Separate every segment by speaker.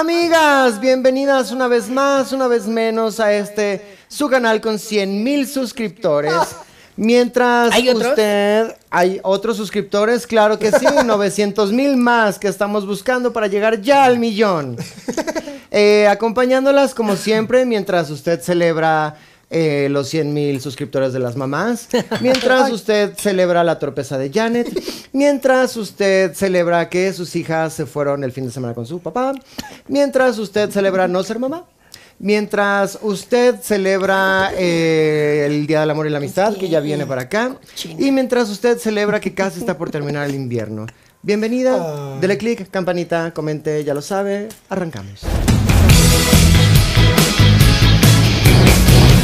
Speaker 1: Amigas, bienvenidas una vez más, una vez menos a este su canal con 100 mil suscriptores. Mientras
Speaker 2: ¿Hay otros?
Speaker 1: usted hay otros suscriptores, claro que sí, 900 mil más que estamos buscando para llegar ya al millón. Eh, acompañándolas como siempre mientras usted celebra eh, los 100 mil suscriptores de las mamás, mientras usted celebra la torpeza de Janet, mientras usted celebra que sus hijas se fueron el fin de semana con su papá, mientras usted celebra no ser mamá. Mientras usted celebra eh, el Día del Amor y la Amistad, que ya viene para acá, y mientras usted celebra que casi está por terminar el invierno. Bienvenida, dele click, campanita, comente, ya lo sabe, arrancamos.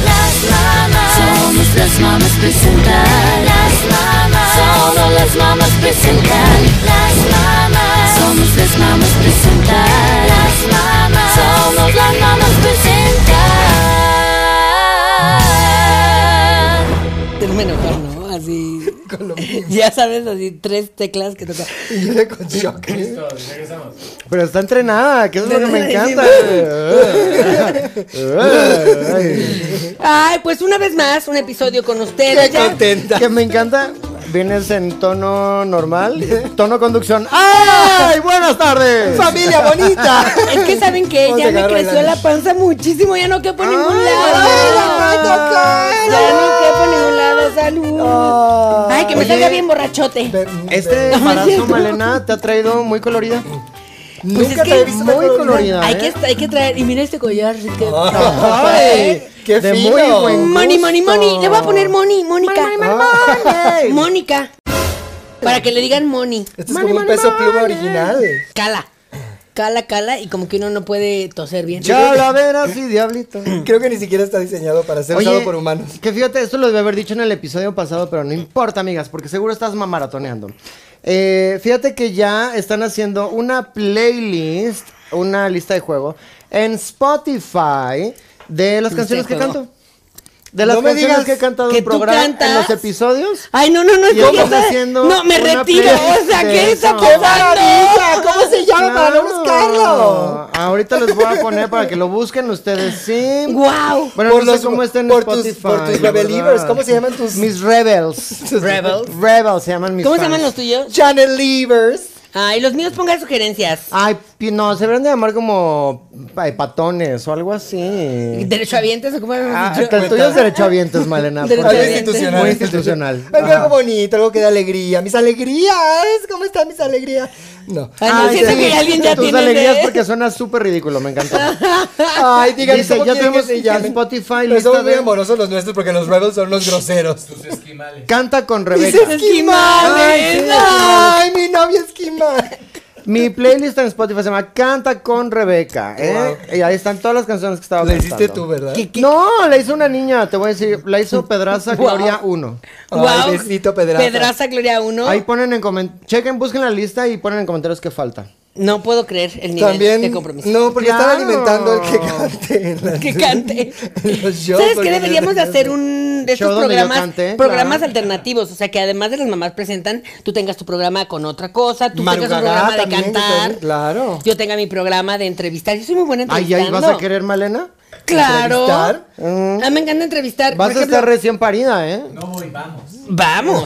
Speaker 3: Las mamás somos las mamás presentan. Las mamás solo las mamás presentan. Las mamás somos las mamás presentan. Las mamás somos las mamás presentan.
Speaker 2: Tengo que enojar, ¿no? Así.
Speaker 4: Con lo mismo.
Speaker 2: Ya sabes, así tres teclas que toca.
Speaker 4: Y yo de con shock.
Speaker 1: Pero está entrenada, que eso es lo que me encanta. Ay,
Speaker 2: Ay, pues una vez más, un episodio con ustedes. Ya.
Speaker 4: contenta.
Speaker 1: que me encanta. Vienes en tono normal, tono conducción. ¡Ay! ¡Buenas tardes!
Speaker 4: ¡Familia bonita!
Speaker 2: Es que saben que
Speaker 4: Vamos a
Speaker 2: ya me
Speaker 4: agarrar
Speaker 2: creció
Speaker 4: la-
Speaker 2: la panza muchísimo, ya no quepo en ningún
Speaker 1: ay,
Speaker 2: lado.
Speaker 1: ay,
Speaker 2: Ya no quepo en ningún lado, salud. Ay, que me
Speaker 1: Oye.
Speaker 2: salga bien borrachote.
Speaker 4: Pero-
Speaker 1: Este embarazo, Malena, te ha traído muy colorida.
Speaker 2: Pues
Speaker 4: Nunca
Speaker 2: es
Speaker 4: te
Speaker 2: que
Speaker 4: he visto tan
Speaker 1: muy colorida.
Speaker 2: Hay
Speaker 1: ¿eh?
Speaker 2: que, hay que traer. Y mira este collar. es que-
Speaker 4: ¡Ay! ¡Qué
Speaker 1: De
Speaker 4: fino!
Speaker 1: muy buen-
Speaker 2: Moni, Moni,
Speaker 1: gusto.
Speaker 2: Moni. Le voy a poner Moni, Mónica.
Speaker 1: Ay.
Speaker 2: Mónica. Para que le digan Moni.
Speaker 4: Esto es como un peso pluma original.
Speaker 2: Cala. Cala, cala. Y como que uno no puede toser bien.
Speaker 1: Calaveras y diablitos.
Speaker 4: Creo que ni siquiera está diseñado para ser usado por humanos.
Speaker 1: Que fíjate, esto lo debe haber dicho en el episodio pasado, pero no importa, amigas, porque seguro estás mamaratoneando. Eh, fíjate que ya están haciendo una playlist, una lista de juego, en Spotify de las
Speaker 2: Lista
Speaker 1: canciones
Speaker 2: de
Speaker 1: que
Speaker 2: juego.
Speaker 1: canto. De las
Speaker 4: No me
Speaker 1: canciones
Speaker 4: digas
Speaker 1: que he cantado
Speaker 2: que
Speaker 1: en
Speaker 2: tú
Speaker 1: programa, en los
Speaker 2: cantas.
Speaker 1: episodios.
Speaker 2: Ay, no, no, no.
Speaker 1: Y
Speaker 2: es que
Speaker 1: estamos
Speaker 2: está-
Speaker 1: haciendo
Speaker 2: No, me
Speaker 1: una
Speaker 2: retiro. O sea,
Speaker 1: playlist
Speaker 2: ¿qué
Speaker 1: de
Speaker 2: está
Speaker 1: eso.
Speaker 2: pasando?
Speaker 4: ¿Cómo se llama para no buscarlo?
Speaker 1: Claro. Ah, Ahorita les voy a poner para que lo busquen ustedes, sí.
Speaker 2: ¡Guau!
Speaker 1: Bueno,
Speaker 4: Por
Speaker 1: no
Speaker 4: los-
Speaker 1: sé cómo está en
Speaker 4: por tus-
Speaker 1: Spotify.
Speaker 4: por tus
Speaker 1: la
Speaker 4: rebelievers,
Speaker 1: verdad.
Speaker 4: ¿cómo se llaman tus-
Speaker 1: Mis rebels.
Speaker 2: Rebels.
Speaker 1: Rebels se llaman mis
Speaker 2: ¿Cómo se
Speaker 1: fans.
Speaker 2: llaman los tuyos?
Speaker 4: Channel Levers.
Speaker 2: Ay, los míos pongan sugerencias.
Speaker 1: Ay, pi- no, se deberían de llamar como ay, patones o algo así.
Speaker 2: Derechohabientes o cómo
Speaker 1: Ah,
Speaker 2: habíamos dicho.
Speaker 1: hasta el tuyo es derechohabientes, Malena. porque-
Speaker 4: Algo
Speaker 2: Derechohabientes.
Speaker 4: institucional.
Speaker 1: Muy institucional.
Speaker 4: Algo, algo bonito, algo que da alegría. Mis alegrías. ¿Cómo están mis alegrías? No.
Speaker 2: Ay, Ah, no, siento que alguien ya
Speaker 1: tus
Speaker 2: tiene
Speaker 1: alegrías
Speaker 2: de-
Speaker 1: porque suena súper ridículo, me encanta.
Speaker 4: Ay, díganme
Speaker 1: Dice,
Speaker 4: cómo
Speaker 1: ya
Speaker 4: quieren
Speaker 1: tenemos
Speaker 4: que se
Speaker 1: en
Speaker 4: llamen.
Speaker 1: Spotify
Speaker 4: Pero
Speaker 1: lista
Speaker 4: son muy
Speaker 1: de-
Speaker 4: amorosos los nuestros porque los Rebels son los groseros.
Speaker 1: Canta con Rebeca.
Speaker 4: Dice
Speaker 2: Esquimales.
Speaker 4: esquimales. Ay, mi novia esquimal.
Speaker 1: Mi playlist en Spotify se llama Canta con Rebeca. ¿eh? Y ahí están todas las canciones que estaba
Speaker 4: La
Speaker 1: cantando.
Speaker 4: hiciste tú, ¿verdad?
Speaker 2: ¿Qué?
Speaker 1: No, la hizo una niña, te voy a decir, la hizo Pedraza
Speaker 2: Wow.
Speaker 1: Gloria 1.
Speaker 4: Ay,
Speaker 2: Guau.
Speaker 4: besito, Pedraza.
Speaker 2: Gloria 1.
Speaker 1: Ahí ponen en comentarios, chequen, busquen la lista y ponen en comentarios qué falta.
Speaker 2: No puedo creer el nivel
Speaker 4: También.
Speaker 2: de compromiso.
Speaker 4: No, porque
Speaker 1: Claro.
Speaker 4: están alimentando el que cante. en las-
Speaker 2: Que cante.
Speaker 4: en los shows,
Speaker 2: ¿Sabes
Speaker 4: porque
Speaker 2: qué? Deberíamos de hacer un de estos
Speaker 1: Show donde yo
Speaker 2: programas,
Speaker 1: cante,
Speaker 2: programas
Speaker 1: claro.
Speaker 2: alternativos, o sea, que además de las mamás presentan, tú tengas tu programa con otra cosa, tú tengas un
Speaker 4: Madrugada
Speaker 2: programa de
Speaker 4: también, que
Speaker 2: cantar,
Speaker 4: también, claro.
Speaker 2: yo tenga mi programa de entrevistar, yo soy muy buena
Speaker 1: Ay,
Speaker 2: entrevistando.
Speaker 1: ay, ¿vas a querer, Malena?
Speaker 2: Claro.
Speaker 4: entrevistar.
Speaker 2: Ah, me encanta entrevistar.
Speaker 1: Vas
Speaker 2: Por
Speaker 1: a
Speaker 2: ejemplo,
Speaker 1: estar recién parida, ¿eh?
Speaker 2: Vamos.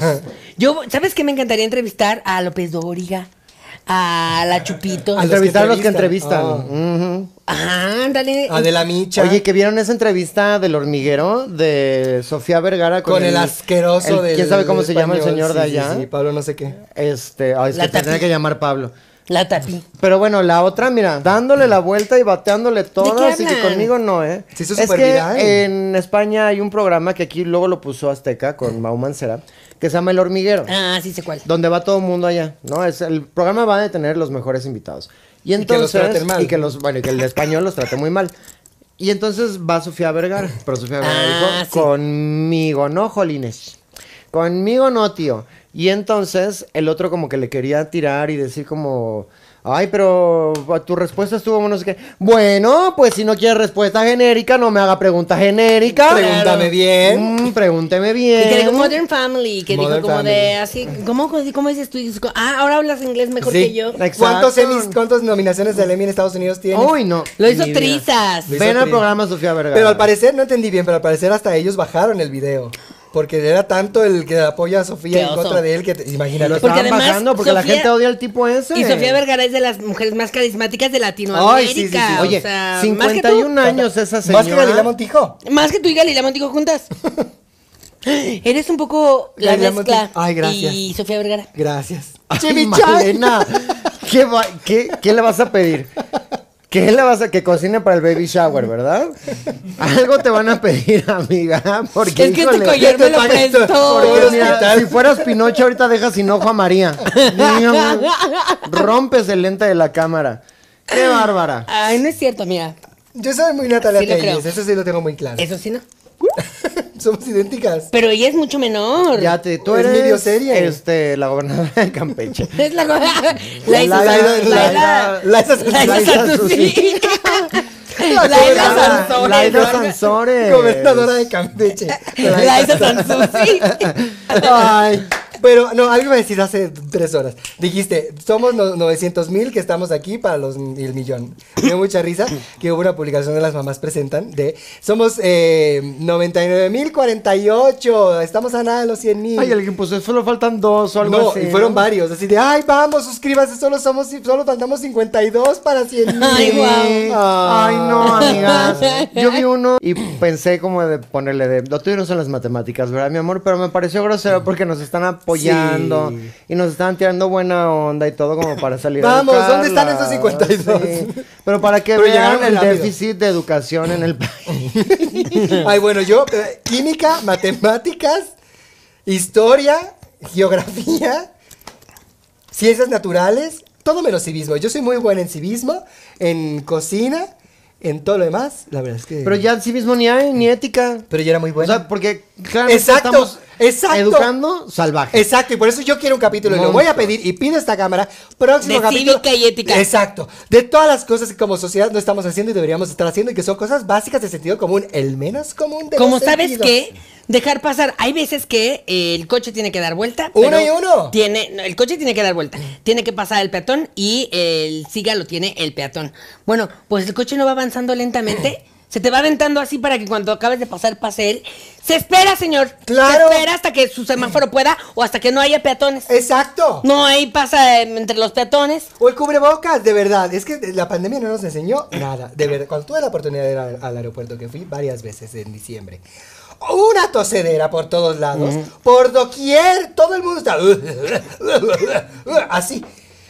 Speaker 2: Yo, ¿sabes qué? Me encantaría entrevistar a López Dóriga, a la Chupito.
Speaker 4: A los pues, que
Speaker 1: Entrevistar a los que
Speaker 4: entrevistan. Ah.
Speaker 1: entrevistan. Ujú.
Speaker 2: Ajá, ándale.
Speaker 4: A Ah, de la micha.
Speaker 1: Oye, que vieron esa entrevista del hormiguero de Sofía Vergara con,
Speaker 4: con el asqueroso
Speaker 1: el-
Speaker 4: del.
Speaker 1: ¿Quién sabe cómo se llama el
Speaker 4: español?
Speaker 1: señor de
Speaker 4: Sí, sí,
Speaker 1: allá?
Speaker 4: Sí, Pablo, no sé qué.
Speaker 1: Este, ay, es
Speaker 2: La
Speaker 1: que tendría
Speaker 2: tapi-
Speaker 1: que llamar Pablo.
Speaker 2: La tapi.
Speaker 1: Pero bueno, la otra, mira, dándole la vuelta y bateándole todas y que
Speaker 2: hablan?
Speaker 1: conmigo no, ¿eh?
Speaker 4: Se hizo
Speaker 1: es
Speaker 4: súper
Speaker 1: que
Speaker 4: viral.
Speaker 1: en España hay un programa que aquí luego lo puso Azteca con Mau Mancera, que se llama El Hormiguero,
Speaker 2: Ah, sí sé cuál.
Speaker 1: donde va todo el mundo allá, ¿no? Es, el programa va a tener los mejores invitados. Y
Speaker 4: que los
Speaker 1: entonces...
Speaker 4: traten mal.
Speaker 1: y que los- bueno, y que el de español los trate muy mal. Y entonces va Sofía Vergara, pero Sofía Vergara
Speaker 2: Ah,
Speaker 1: dijo,
Speaker 2: sí.
Speaker 1: conmigo no, Jolines. Conmigo no, tío. Y entonces el otro como que le quería tirar y decir como, Ay, pero tu respuesta estuvo no sé qué. Bueno, pues si no quieres respuesta genérica, no me haga pregunta genérica.
Speaker 4: Pregúntame bien.
Speaker 1: Mm, pregúnteme
Speaker 2: Y
Speaker 1: bien.
Speaker 2: que dijo Modern Family, que
Speaker 4: Eh, Modern
Speaker 2: dijo como
Speaker 4: Family.
Speaker 2: de así, ¿cómo, cómo dices tú? Ah, ahora hablas inglés mejor
Speaker 4: Sí.
Speaker 2: que yo.
Speaker 1: Exacto.
Speaker 4: ¿Cuántos Emmys, cuántas nominaciones del Emmy en Estados Unidos tiene?
Speaker 1: Uy, no.
Speaker 2: Lo hizo
Speaker 4: Mi vida.
Speaker 2: trizas.
Speaker 4: Lo hizo
Speaker 1: Ven al
Speaker 4: tri-
Speaker 1: programa Sofía Vergara.
Speaker 4: Pero al parecer, no entendí bien, pero al parecer hasta ellos bajaron el video. Porque era tanto el que apoya a Sofía
Speaker 2: Qué
Speaker 4: en
Speaker 2: oso.
Speaker 4: contra de él que, te-
Speaker 1: Lo
Speaker 4: imagínate.
Speaker 2: Porque
Speaker 1: estaban
Speaker 2: además,
Speaker 1: bajando porque la
Speaker 2: Sofía-
Speaker 1: gente odia al tipo ese.
Speaker 2: Y Sofía Vergara es de las mujeres más carismáticas de Latinoamérica.
Speaker 4: Ay, sí, sí, sí.
Speaker 2: o
Speaker 1: Oye,
Speaker 2: sea, más que tú.
Speaker 1: 51 años esa señora.
Speaker 4: Más que Galilea Montijo.
Speaker 2: Más que tú y Galilea Montijo juntas. Eres un poco la
Speaker 4: Galilea
Speaker 2: mezcla.
Speaker 4: Montijo. Ay, gracias.
Speaker 2: Y Sofía Vergara.
Speaker 4: Gracias.
Speaker 1: Ay,
Speaker 4: Chimichanga.
Speaker 1: Malena, ¿qué, va- qué- qué le vas a pedir? ¿Qué le vas a que cocine para el baby shower, verdad? Algo te van a pedir, amiga, porque
Speaker 2: Es que este
Speaker 1: híjole,
Speaker 2: collar me
Speaker 4: te
Speaker 2: lo
Speaker 4: paga esto?
Speaker 2: prestó.
Speaker 4: ¿Por
Speaker 1: porque
Speaker 4: qué?
Speaker 1: mira,
Speaker 4: hospital.
Speaker 1: si fueras Pinocho ahorita dejas sin ojo a María. Rompes el lente de la cámara. Qué bárbara.
Speaker 2: Ay, no es cierto, amiga.
Speaker 4: Yo soy muy Natalia
Speaker 2: Sí lo creo.
Speaker 4: Telles, eso sí lo tengo muy claro.
Speaker 2: Eso sí no.
Speaker 4: Somos idénticas.
Speaker 2: Pero ella es mucho menor.
Speaker 1: Ya te, tú
Speaker 4: Es mi
Speaker 1: eres
Speaker 4: bioserie.
Speaker 1: este, la gobernadora de Campeche.
Speaker 2: Es la
Speaker 1: Laila-
Speaker 2: Laila-
Speaker 1: Laila-
Speaker 4: Laila
Speaker 2: Laila
Speaker 1: Laila
Speaker 2: Santusí. Laila
Speaker 4: gobernadora.
Speaker 2: Sansores.
Speaker 1: Laida
Speaker 2: ¿no?
Speaker 1: Sansores.
Speaker 4: Gobernadora de Campeche.
Speaker 2: Laila Santusí.
Speaker 4: Ay, pero no, algo me decís hace tres horas. Dijiste, somos 900 mil que estamos aquí para los el millón. Me dio mucha risa que hubo una publicación de las mamás presentan de, somos eh, 99 mil 48, estamos a nada de los 100 mil.
Speaker 1: Ay, alguien puso, solo faltan dos o algo
Speaker 4: No,
Speaker 1: así.
Speaker 4: y fueron
Speaker 1: ¿no?
Speaker 4: varios, así de, ay, vamos, suscríbase, solo somos, solo faltamos 52 para 100 mil.
Speaker 2: Ay, guau.
Speaker 1: Ay,
Speaker 4: Ah.
Speaker 1: no, amigas. Yo vi uno y pensé como de ponerle de. Lo tuyo no son las matemáticas, ¿verdad, mi amor? Pero me pareció grosero porque nos están apoyando
Speaker 4: Sí.
Speaker 1: y nos están tirando buena onda y todo como para salir. a
Speaker 4: Vamos, ¿dónde
Speaker 1: educarla.
Speaker 4: están esos 52?
Speaker 1: Sí. Pero para que
Speaker 4: Pero
Speaker 1: vean
Speaker 4: llegaron
Speaker 1: el
Speaker 4: rápido.
Speaker 1: déficit de educación en el país.
Speaker 4: Ay, bueno, yo, eh, química, matemáticas, historia, geografía, ciencias naturales, todo menos civismo. Yo soy muy buena en civismo, en cocina, en todo lo demás. La verdad es que.
Speaker 1: Pero ya en sí mismo ni hay, ni ética.
Speaker 4: Pero yo era muy buena.
Speaker 1: O sea, porque claramente
Speaker 4: Exacto,
Speaker 1: estamos
Speaker 4: exacto.
Speaker 1: educando salvajes.
Speaker 4: Exacto, y por eso yo quiero un capítulo y lo voy a pedir y pido a esta cámara. Próximo
Speaker 2: De
Speaker 4: capítulo.
Speaker 2: cívica y ética.
Speaker 4: Exacto. De todas las cosas que como sociedad no estamos haciendo y deberíamos estar haciendo y que son cosas básicas de sentido común, el menos común de
Speaker 2: Como
Speaker 4: los
Speaker 2: sabes
Speaker 4: sentidos.
Speaker 2: que dejar pasar, hay veces que eh, el coche tiene que dar vuelta.
Speaker 4: Uno
Speaker 2: pero
Speaker 4: y uno.
Speaker 2: Tiene, no, el coche tiene que dar vuelta. Tiene que pasar el peatón y el siga lo tiene el peatón. Bueno, pues el coche no va avanzando lentamente. Se te va aventando así para que cuando acabes de pasar pase él. Se espera, señor.
Speaker 4: Claro. Eh,
Speaker 2: Se espera hasta que su semáforo pueda o hasta que no haya peatones.
Speaker 4: Exacto.
Speaker 2: No, ahí pasa eh, entre los peatones.
Speaker 4: O el cubrebocas, de verdad. Es que la pandemia no nos enseñó nada. De verdad, cuando tuve la oportunidad de ir al, al aeropuerto, que fui varias veces en diciembre, una tosedera por todos lados, por doquier, todo el mundo está así.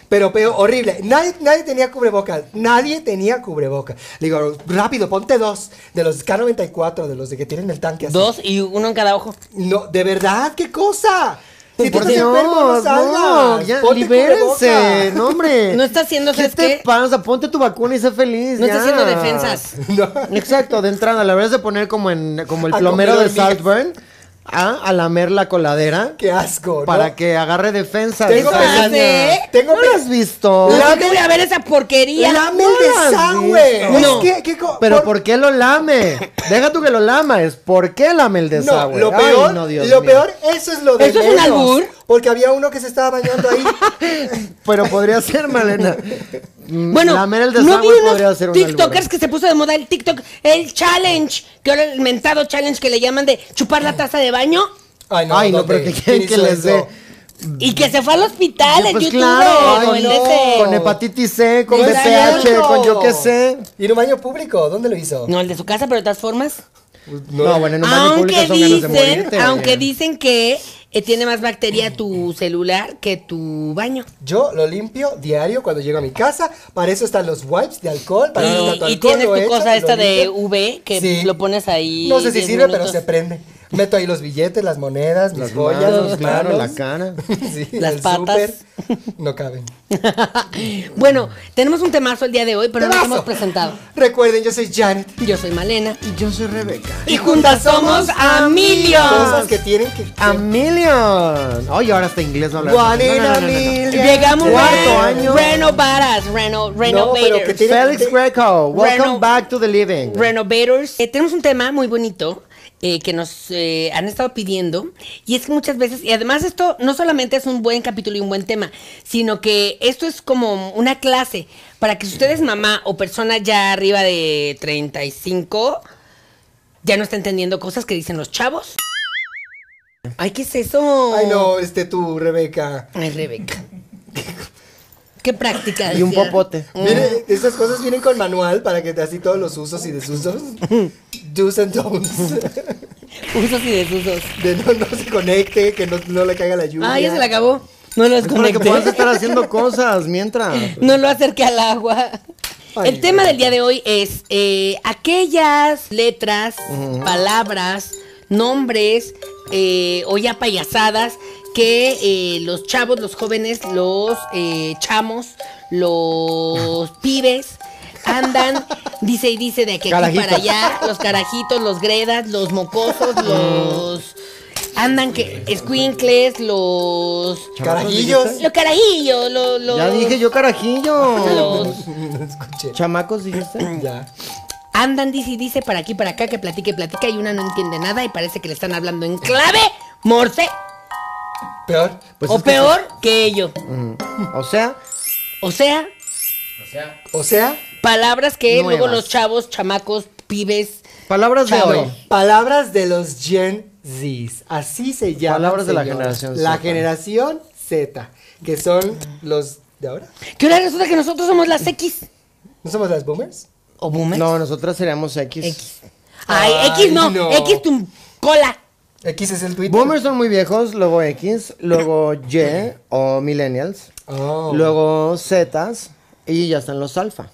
Speaker 4: Pero peor, horrible. Nadie, nadie tenía cubrebocas. Nadie tenía cubrebocas. Le digo, rápido, ponte dos. De los K94, de los de que tienen el tanque así.
Speaker 2: Dos y uno en cada ojo.
Speaker 4: No, de verdad, qué cosa. Si tú
Speaker 1: por
Speaker 4: estás
Speaker 1: Dios,
Speaker 4: enfermo, no salgas.
Speaker 1: ya,
Speaker 4: Ponte
Speaker 1: libérense,
Speaker 4: cubrebocas.
Speaker 1: no hombre.
Speaker 2: No está haciendo,
Speaker 1: ¿Qué
Speaker 2: ¿sabes
Speaker 1: te
Speaker 2: qué?
Speaker 1: pasa? Ponte tu vacuna y sé feliz.
Speaker 2: No está
Speaker 1: ya.
Speaker 2: haciendo defensas.
Speaker 4: No.
Speaker 1: Exacto, de entrada, la verdad es de poner como en como el
Speaker 4: A
Speaker 1: plomero de
Speaker 4: comer hormigas.
Speaker 1: Saltburn a, a lamer la coladera
Speaker 4: Qué asco, ¿no?
Speaker 1: para que agarre defensas. Eso
Speaker 4: Tengo ¿eh?
Speaker 2: pesadillas.
Speaker 1: hace.
Speaker 4: Tengo
Speaker 1: ¿No
Speaker 4: pe-
Speaker 1: lo has visto?
Speaker 4: La-
Speaker 2: ¿Por qué voy a ver esa porquería?
Speaker 4: ¡Lame
Speaker 1: no
Speaker 4: el
Speaker 1: la has
Speaker 4: desagüe!
Speaker 1: visto.
Speaker 2: No.
Speaker 4: Es que, ¿qué co-
Speaker 1: Pero ¿por qué lo lame? Deja tú que lo lama, es ¿por qué lame el
Speaker 4: No,
Speaker 1: desagüe?
Speaker 4: lo
Speaker 1: Ay,
Speaker 4: peor,
Speaker 1: no, Dios
Speaker 4: lo
Speaker 1: mío.
Speaker 4: peor, eso es lo de
Speaker 2: ¿Eso es un
Speaker 4: menos,
Speaker 2: albur?
Speaker 4: Porque había uno que se estaba bañando ahí.
Speaker 1: Pero podría ser, Malena. Mm,
Speaker 2: Bueno,
Speaker 1: lamer el
Speaker 2: no
Speaker 1: desagüe
Speaker 2: vi unos
Speaker 1: podría ser un albur.
Speaker 2: tiktokers que se puso de moda el tiktok, el challenge, que ahora el mentado challenge que le llaman de chupar la taza de baño
Speaker 4: Ay,
Speaker 1: Ay, no,
Speaker 4: ¿dónde?
Speaker 1: pero que quieren
Speaker 4: ¿Quién
Speaker 1: que
Speaker 4: hizo
Speaker 1: les dé.
Speaker 4: eso?
Speaker 2: y que se fue al hospital, Ah, el
Speaker 1: Pues
Speaker 2: youtuber,
Speaker 1: claro,
Speaker 2: o
Speaker 1: ay,
Speaker 2: el
Speaker 1: no,
Speaker 2: de ese-
Speaker 1: con hepatitis C, con
Speaker 4: Ni
Speaker 2: Exacto.
Speaker 1: VPH,
Speaker 4: baño.
Speaker 1: con yo qué sé.
Speaker 4: Y en un baño público, ¿dónde lo hizo?
Speaker 2: No, el de su casa, pero de todas formas.
Speaker 1: No, bueno, en un baño
Speaker 2: aunque
Speaker 1: público son ganas de
Speaker 2: dicen,
Speaker 1: morirte.
Speaker 2: aunque
Speaker 1: oye.
Speaker 2: dicen que eh, tiene más bacteria tu celular que tu baño.
Speaker 4: Yo lo limpio diario cuando llego a mi casa. Para eso están los wipes de alcohol. Para eso está
Speaker 2: Y,
Speaker 4: tu
Speaker 2: y
Speaker 4: alcohol,
Speaker 2: tienes
Speaker 4: lo
Speaker 2: tu
Speaker 4: echas,
Speaker 2: cosa
Speaker 4: lo
Speaker 2: esta de
Speaker 4: limpias.
Speaker 2: V que
Speaker 4: Sí.
Speaker 2: lo pones ahí.
Speaker 4: No sé si
Speaker 2: 10
Speaker 4: sirve, pero
Speaker 2: minutos.
Speaker 4: se prende. Meto ahí los billetes, las monedas,
Speaker 1: Las
Speaker 4: mis joyas,
Speaker 1: manos,
Speaker 4: los
Speaker 1: claro,
Speaker 4: manos.
Speaker 1: la cara.
Speaker 4: Sí,
Speaker 2: Las
Speaker 4: el
Speaker 2: patas.
Speaker 4: súper. No caben.
Speaker 2: Bueno, tenemos un temazo el día de hoy, pero no nos
Speaker 4: ¡Temazo!
Speaker 2: hemos presentado.
Speaker 4: Recuerden, yo soy Janet.
Speaker 2: Yo soy Malena.
Speaker 1: Y yo soy Rebeca.
Speaker 2: Y juntas somos a
Speaker 4: Cosas
Speaker 2: Million.
Speaker 4: que tienen que.
Speaker 1: A million. Oye, Oh, ahora hasta inglés va a hablar.
Speaker 4: One in a
Speaker 1: no.
Speaker 4: million.
Speaker 2: Llegamos
Speaker 1: Cuarto
Speaker 2: a
Speaker 1: año.
Speaker 2: Renovadas, reno,
Speaker 4: pero que
Speaker 2: renovators.
Speaker 4: tiene-
Speaker 1: Félix Greco, welcome
Speaker 2: Reno-
Speaker 1: back to the living.
Speaker 2: Renovators. Eh, tenemos un tema muy bonito eh, que nos eh, han estado pidiendo. Y es que muchas veces, y además esto no solamente es un buen capítulo y un buen tema, sino que esto es como una clase para que si usted es mamá o persona ya arriba de 35, ya no está entendiendo cosas que dicen los chavos. Ay, ¿qué es eso?
Speaker 4: Ay, no, este tú, Rebeca.
Speaker 2: Ay, Rebeca. ¿Qué práctica?
Speaker 1: Y un
Speaker 2: decía?
Speaker 1: popote.
Speaker 4: Viene- esas cosas vienen con manual para que te así todos los usos y desusos. Do's and don'ts.
Speaker 2: Usos y desusos.
Speaker 4: De no, no se conecte, que no, no le caiga la lluvia.
Speaker 2: Ah, ya se la acabó. No lo
Speaker 1: Es para que puedas
Speaker 2: desconecté.
Speaker 1: estar haciendo cosas mientras.
Speaker 2: No lo acerqué al agua.
Speaker 4: Ay,
Speaker 2: El tema
Speaker 4: no.
Speaker 2: del día de hoy es eh, aquellas letras, palabras, nombres eh, o ya payasadas que eh, los chavos, los jóvenes, los eh, chamos, los pibes andan, dice y dice de que aquí
Speaker 1: Carajitos. Mm.
Speaker 2: para allá, los carajitos, los gredas, los mocosos, los... Andan que escuincles, los...
Speaker 4: Carajillos.
Speaker 2: Los carajillos, los... los
Speaker 1: Ya dije yo carajillo.
Speaker 2: los-
Speaker 4: No escuché.
Speaker 1: Chamacos dijiste.
Speaker 4: Ya.
Speaker 2: Andan, dice y dice para aquí, para acá, que platique, y platica y una no entiende nada y parece que le están hablando en clave morse
Speaker 4: Peor.
Speaker 1: Pues
Speaker 2: o
Speaker 1: es que Mm.
Speaker 2: peor que ello.
Speaker 1: O sea,
Speaker 2: O sea,
Speaker 4: O sea,
Speaker 2: palabras que luego
Speaker 1: Nuevas.
Speaker 2: los chavos, chamacos, pibes,
Speaker 1: palabras de
Speaker 2: Chavo.
Speaker 1: hoy.
Speaker 4: palabras de los Gen Zs. Así se llaman.
Speaker 1: Palabras de la
Speaker 4: señores.
Speaker 1: generación
Speaker 4: La
Speaker 1: Z.
Speaker 4: generación Z. Que son los de ahora.
Speaker 2: que ahora resulta que nosotros somos las X
Speaker 4: ¿No somos las boomers?
Speaker 2: o boomers.
Speaker 1: No, nosotras seríamos X.
Speaker 2: X. Ay,
Speaker 4: Ay,
Speaker 2: X no,
Speaker 4: no.
Speaker 2: X tu cola.
Speaker 4: X es el Twitter.
Speaker 1: Boomers son muy viejos, luego X, luego Y o Millennials,
Speaker 4: Oh.
Speaker 1: luego Zetas y ya están los Alfa.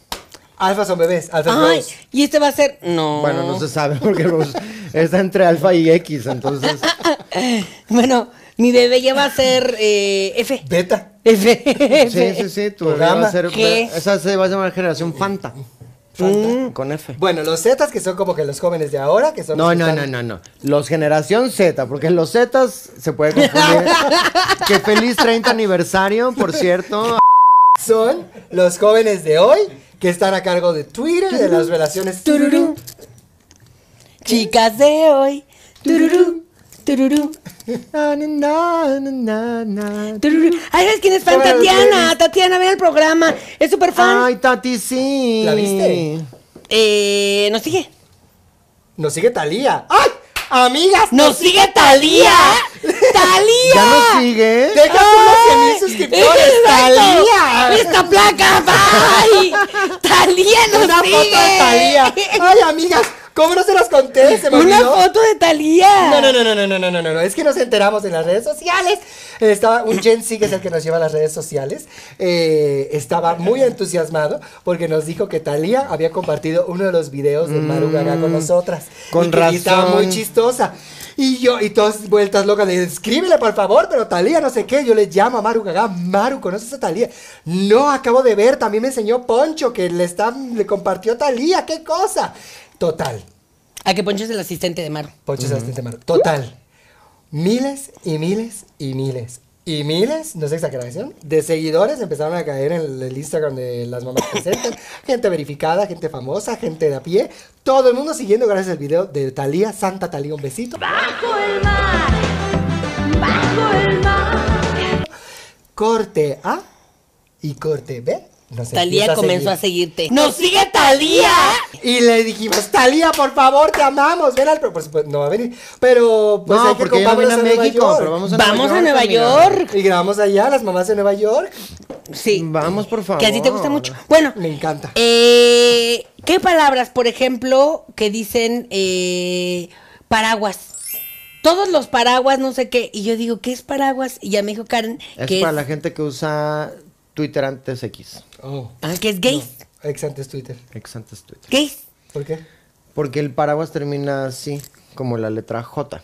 Speaker 4: Alfa son bebés. Alfa
Speaker 2: Ay,
Speaker 4: Rose.
Speaker 2: y este va a ser no.
Speaker 1: Bueno, no se sabe porque los- está entre Alfa y X, entonces.
Speaker 2: Bueno, mi bebé ya va a ser eh, F.
Speaker 4: Beta.
Speaker 2: F.
Speaker 1: Sí, sí, sí, tu bebé va
Speaker 4: Programa.
Speaker 1: a ser.
Speaker 2: ¿Qué?
Speaker 1: Esa se va a llamar generación Fanta. Fanta. Con F.
Speaker 4: Bueno, los Zetas que son como que los jóvenes de ahora, que son
Speaker 1: No,
Speaker 4: los que
Speaker 1: no, no,
Speaker 4: están-
Speaker 1: no, no. Los generación Z, porque los Zetas se puede confundir. que feliz 30 aniversario, por cierto.
Speaker 4: Son los jóvenes de hoy que están a cargo de Twitter, de las relaciones.
Speaker 2: Tururú. Chicas de hoy. Tururú. Tururú.
Speaker 1: Na, na, na, na, na.
Speaker 2: Tururú. Ay, ¿sabes quién es fan?
Speaker 4: Bueno,
Speaker 2: Tatiana. Tatiana, ven el programa. Es súper fan.
Speaker 1: Ay, Tati, sí.
Speaker 4: ¿La viste?
Speaker 2: Eh, ¿Nos sigue?
Speaker 4: Nos sigue Talía. ¡Ay! ¡Amigas!
Speaker 2: ¡Nos sigue Talía! ¡Talía!
Speaker 1: ¿Ya nos sigue?
Speaker 2: Pues
Speaker 4: ¡Deja
Speaker 2: ¡Ay!
Speaker 4: unos 100 suscriptores!
Speaker 2: ¡Exacto!
Speaker 4: ¡Talía!
Speaker 2: ¡Esta placa! ¡Ay! ¡Talía nos
Speaker 4: ¡Una
Speaker 2: sigue!
Speaker 4: foto de Talía! ¡Ay, amigas! ¿Cómo no se las conté? ¿Se me
Speaker 2: ¡Una
Speaker 4: olvidó?
Speaker 2: foto de Talía!
Speaker 4: No, no, no, no, no, no, no, no, no, no, es que nos enteramos en las redes sociales. Eh, Estaba un Gen Z, que es el que nos lleva a las redes sociales, eh, estaba muy entusiasmado porque nos dijo que Talía había compartido uno de los videos de Maru Gaga con nosotras.
Speaker 1: Mm, con
Speaker 4: y que
Speaker 1: razón.
Speaker 4: estaba muy chistosa. Y yo, y todas vueltas locas, de escríbele por favor, pero Talía no sé qué, yo le llamo a Maru Gaga, Maru, ¿conoces a Talía? No, acabo de ver, también me enseñó Poncho que le, está, le compartió Talía, qué cosa. Total,
Speaker 2: A que Poncho es el asistente de Maru.
Speaker 4: Poncho Sebastián Temaro. Total. Miles y miles y miles. Y miles, no es exageración, de seguidores empezaron a caer en el, el Instagram de las mamás que presentan. gente verificada, gente famosa, gente de a pie. Todo el mundo siguiendo gracias al video de Talía, Santa Talía, un besito.
Speaker 3: Bajo el mar, bajo el mar.
Speaker 4: Corte A y corte B. Nos empieza
Speaker 2: Talía comenzó a
Speaker 4: seguir.
Speaker 2: seguirte. ¡Nos sigue Talía!
Speaker 4: Y le dijimos, Talía, por favor, te amamos. Ven al. pro-". Por supuesto, no va a venir. Pero, pues hay
Speaker 1: no,
Speaker 4: que
Speaker 1: porque ya viene a
Speaker 4: acompañarnos Nueva
Speaker 1: México,
Speaker 4: York.
Speaker 1: pero vamos a
Speaker 2: Vamos a Nueva
Speaker 1: amiga.
Speaker 2: York.
Speaker 4: Y grabamos allá, las mamás de Nueva York.
Speaker 2: Sí.
Speaker 1: Vamos, por favor.
Speaker 2: Que a ti te gusta mucho. Bueno,
Speaker 4: Me encanta.
Speaker 2: eh, ¿qué palabras, por ejemplo, que dicen eh, paraguas? Todos los paraguas, no sé qué. Y yo digo, ¿qué es paraguas? Y ya me dijo Karen
Speaker 1: Es
Speaker 2: que es,
Speaker 1: para la gente que usa Twitter antes X.
Speaker 4: Oh.
Speaker 2: ah, que es gays.
Speaker 4: Ex antes Twitter.
Speaker 1: X antes Twitter.
Speaker 2: Gays.
Speaker 4: ¿Por qué?
Speaker 1: Porque el paraguas termina así, como la letra J.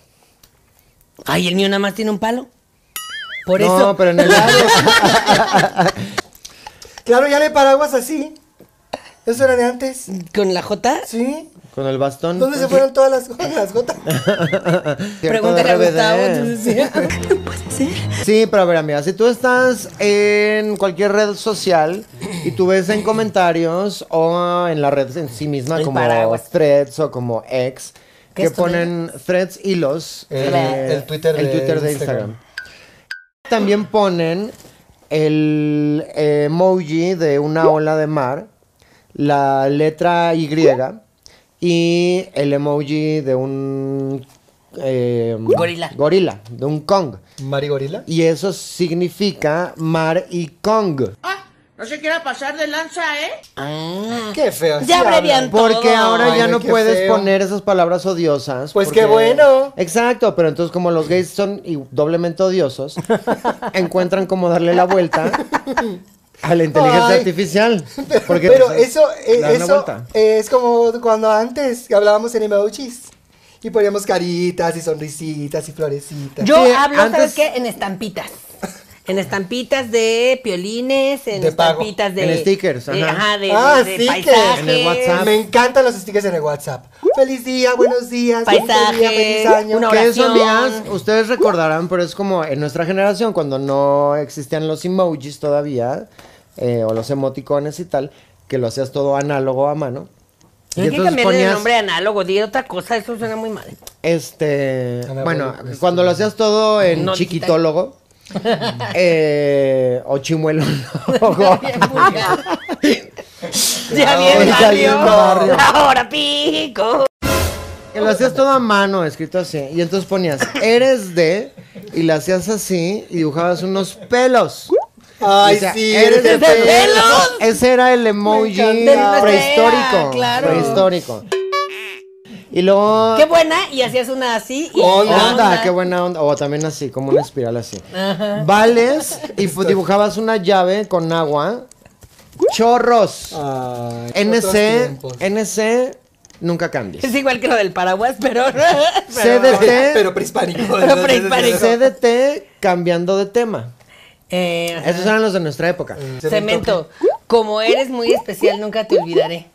Speaker 2: Ay, el mío nada más tiene un palo. Por
Speaker 1: no,
Speaker 2: eso.
Speaker 1: pero en el lado.
Speaker 4: Claro, ya no hay paraguas así. Eso era de antes.
Speaker 2: Con la J.
Speaker 4: ¿Sí?
Speaker 1: Con el bastón.
Speaker 4: ¿Dónde se fueron todas las, las gotas?
Speaker 2: Pregúntale a
Speaker 1: eh.
Speaker 2: Gustavo. entonces, Pues sí.
Speaker 1: Sí, pero a ver, amiga, si tú estás en cualquier red social y tú ves en comentarios o en la red en sí misma,
Speaker 2: El
Speaker 1: como
Speaker 2: paraguas.
Speaker 1: threads o como ex, que
Speaker 2: ¿Qué es tu
Speaker 1: ponen threads hilos.
Speaker 4: El- el Twitter
Speaker 1: el
Speaker 4: de
Speaker 1: Twitter de Instagram.
Speaker 4: Instagram.
Speaker 1: También ponen el eh, emoji de una ola de mar, la letra Y y el emoji de un... eh,
Speaker 2: Gorila.
Speaker 1: Gorila, de un Kong.
Speaker 4: ¿Mari Gorila?
Speaker 1: Y eso significa mar y Kong.
Speaker 5: No se quiera pasar de lanza, ¿eh?
Speaker 2: Ah.
Speaker 4: Qué feo.
Speaker 2: Ya
Speaker 4: hablan.
Speaker 2: abrevian.
Speaker 1: Porque
Speaker 2: Todo.
Speaker 1: ahora ya
Speaker 4: Ay,
Speaker 1: no
Speaker 4: qué
Speaker 1: puedes
Speaker 4: feo.
Speaker 1: poner esas palabras odiosas.
Speaker 4: Pues
Speaker 1: porque-
Speaker 4: qué bueno.
Speaker 1: Exacto, pero entonces como los gays son y- doblemente odiosos, encuentran cómo darle la vuelta a la inteligencia
Speaker 4: Ay.
Speaker 1: artificial. Porque,
Speaker 4: Pero
Speaker 1: pues,
Speaker 4: eso, eh,
Speaker 1: dar una
Speaker 4: eso
Speaker 1: vuelta.
Speaker 4: eh, es como cuando antes hablábamos en emojis y poníamos caritas y sonrisitas y florecitas.
Speaker 2: Yo
Speaker 1: Sí,
Speaker 2: hablo,
Speaker 1: antes-
Speaker 2: ¿sabes qué? En estampitas. En estampitas de piolines, en
Speaker 4: De pago.
Speaker 2: estampitas de.
Speaker 1: En stickers,
Speaker 2: de-
Speaker 1: ajá.
Speaker 2: ajá, de,
Speaker 4: Ah,
Speaker 2: de- de
Speaker 4: sí que-
Speaker 2: paisajes.
Speaker 1: En el WhatsApp.
Speaker 4: Me encantan los stickers en el WhatsApp. Feliz día, buenos días, bonito
Speaker 2: Paisaje,
Speaker 4: día, feliz año.
Speaker 2: una
Speaker 1: Que eso,
Speaker 2: oración.
Speaker 1: amigas, ustedes recordarán, pero es como en nuestra generación, cuando no existían los emojis todavía, eh, o los emoticones y tal, que lo hacías todo análogo a mano. Y
Speaker 2: Hay que
Speaker 1: entonces
Speaker 2: cambiar el
Speaker 1: ponías,
Speaker 2: nombre a análogo, di otra cosa, eso suena muy mal.
Speaker 1: este,
Speaker 4: Análogo,
Speaker 1: bueno,
Speaker 4: pues,
Speaker 1: cuando lo hacías todo en
Speaker 2: No digital.
Speaker 1: chiquitólogo, eh, o chimuelólogo,
Speaker 2: ya bien,
Speaker 1: ya bien barrio.
Speaker 2: barrio. Ahora pico.
Speaker 1: que lo hacías todo a mano, escrito así, y entonces ponías, eres de, y lo hacías así, y dibujabas unos pelos.
Speaker 4: Ay,
Speaker 1: O sea,
Speaker 4: sí,
Speaker 1: eres de
Speaker 2: pelo.
Speaker 1: pelos. Ese era el emoji
Speaker 4: Me encanta.
Speaker 1: prehistórico.
Speaker 2: Era, claro.
Speaker 1: Prehistórico. Y luego.
Speaker 2: Qué buena, y hacías una así. Y
Speaker 4: Onda,
Speaker 1: onda, qué buena onda. O también así, como una espiral así.
Speaker 2: Ajá.
Speaker 1: Vales y fu- dibujabas una llave con agua. Chorros.
Speaker 4: Ay, Ah, otros
Speaker 1: NC.
Speaker 4: tiempos.
Speaker 1: NC. Nunca cambies.
Speaker 2: Es igual que lo del paraguas, pero. pero-
Speaker 1: CDT.
Speaker 4: Pero prehispánico.
Speaker 2: Pero prehispánico.
Speaker 1: CDT cambiando de tema.
Speaker 2: Eh, ajá.
Speaker 1: Esos eran los de nuestra época.
Speaker 2: Cemento. Como eres muy especial, nunca te olvidaré.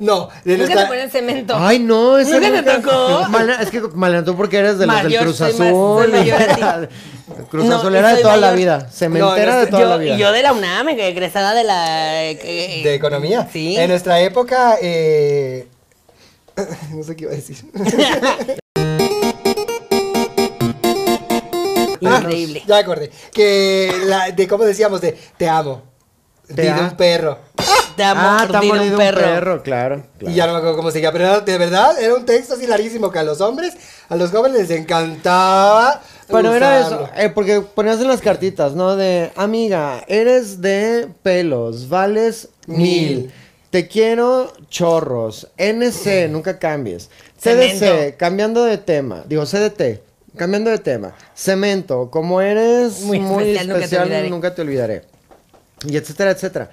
Speaker 4: No, de
Speaker 2: Nunca te
Speaker 4: nuestra-
Speaker 2: ponen cemento.
Speaker 1: Ay, no, ese
Speaker 2: ¿Nunca te tocó?
Speaker 1: Malena- es que Malena, tú porque eres de los
Speaker 2: Mayor,
Speaker 1: del Cruz
Speaker 2: soy más- soy
Speaker 1: Azul.
Speaker 2: mayor a
Speaker 1: Cruz
Speaker 2: No,
Speaker 1: Azul
Speaker 2: y
Speaker 1: era de
Speaker 2: soy
Speaker 1: toda la
Speaker 2: mayor.
Speaker 1: vida. Cementera
Speaker 4: No,
Speaker 1: de
Speaker 4: yo-
Speaker 1: toda la
Speaker 2: yo,
Speaker 1: vida.
Speaker 2: yo de la UNAM, egresada de la. eh, eh,
Speaker 4: de economía.
Speaker 2: Sí.
Speaker 4: En nuestra época, eh, no sé qué iba a decir.
Speaker 2: Increíble.
Speaker 4: Ya acordé. Que la, de cómo decíamos de te amo.
Speaker 1: Te
Speaker 4: Te
Speaker 1: a-
Speaker 4: un perro.
Speaker 2: Te amo,
Speaker 1: ah, te ha
Speaker 2: mordido
Speaker 1: mordido
Speaker 2: un perro.
Speaker 1: claro. claro.
Speaker 4: Y ya no me acuerdo cómo seguía, pero era- de verdad era un texto así larguísimo que a los hombres, a los jóvenes les encantaba.
Speaker 1: Pero era
Speaker 4: usarlo.
Speaker 1: eso, eh, porque ponías en las cartitas, ¿no? De, amiga, eres de pelos, vales mil.
Speaker 4: Mil.
Speaker 1: Te quiero chorros. NC, nunca cambies. CDC,
Speaker 2: Cemento.
Speaker 1: cambiando de tema. Digo, CDT, cambiando de tema. Cemento, como eres muy,
Speaker 2: Muy
Speaker 1: especial,
Speaker 2: especial, nunca te olvidaré.
Speaker 1: nunca te olvidaré. Y etcétera, etcétera.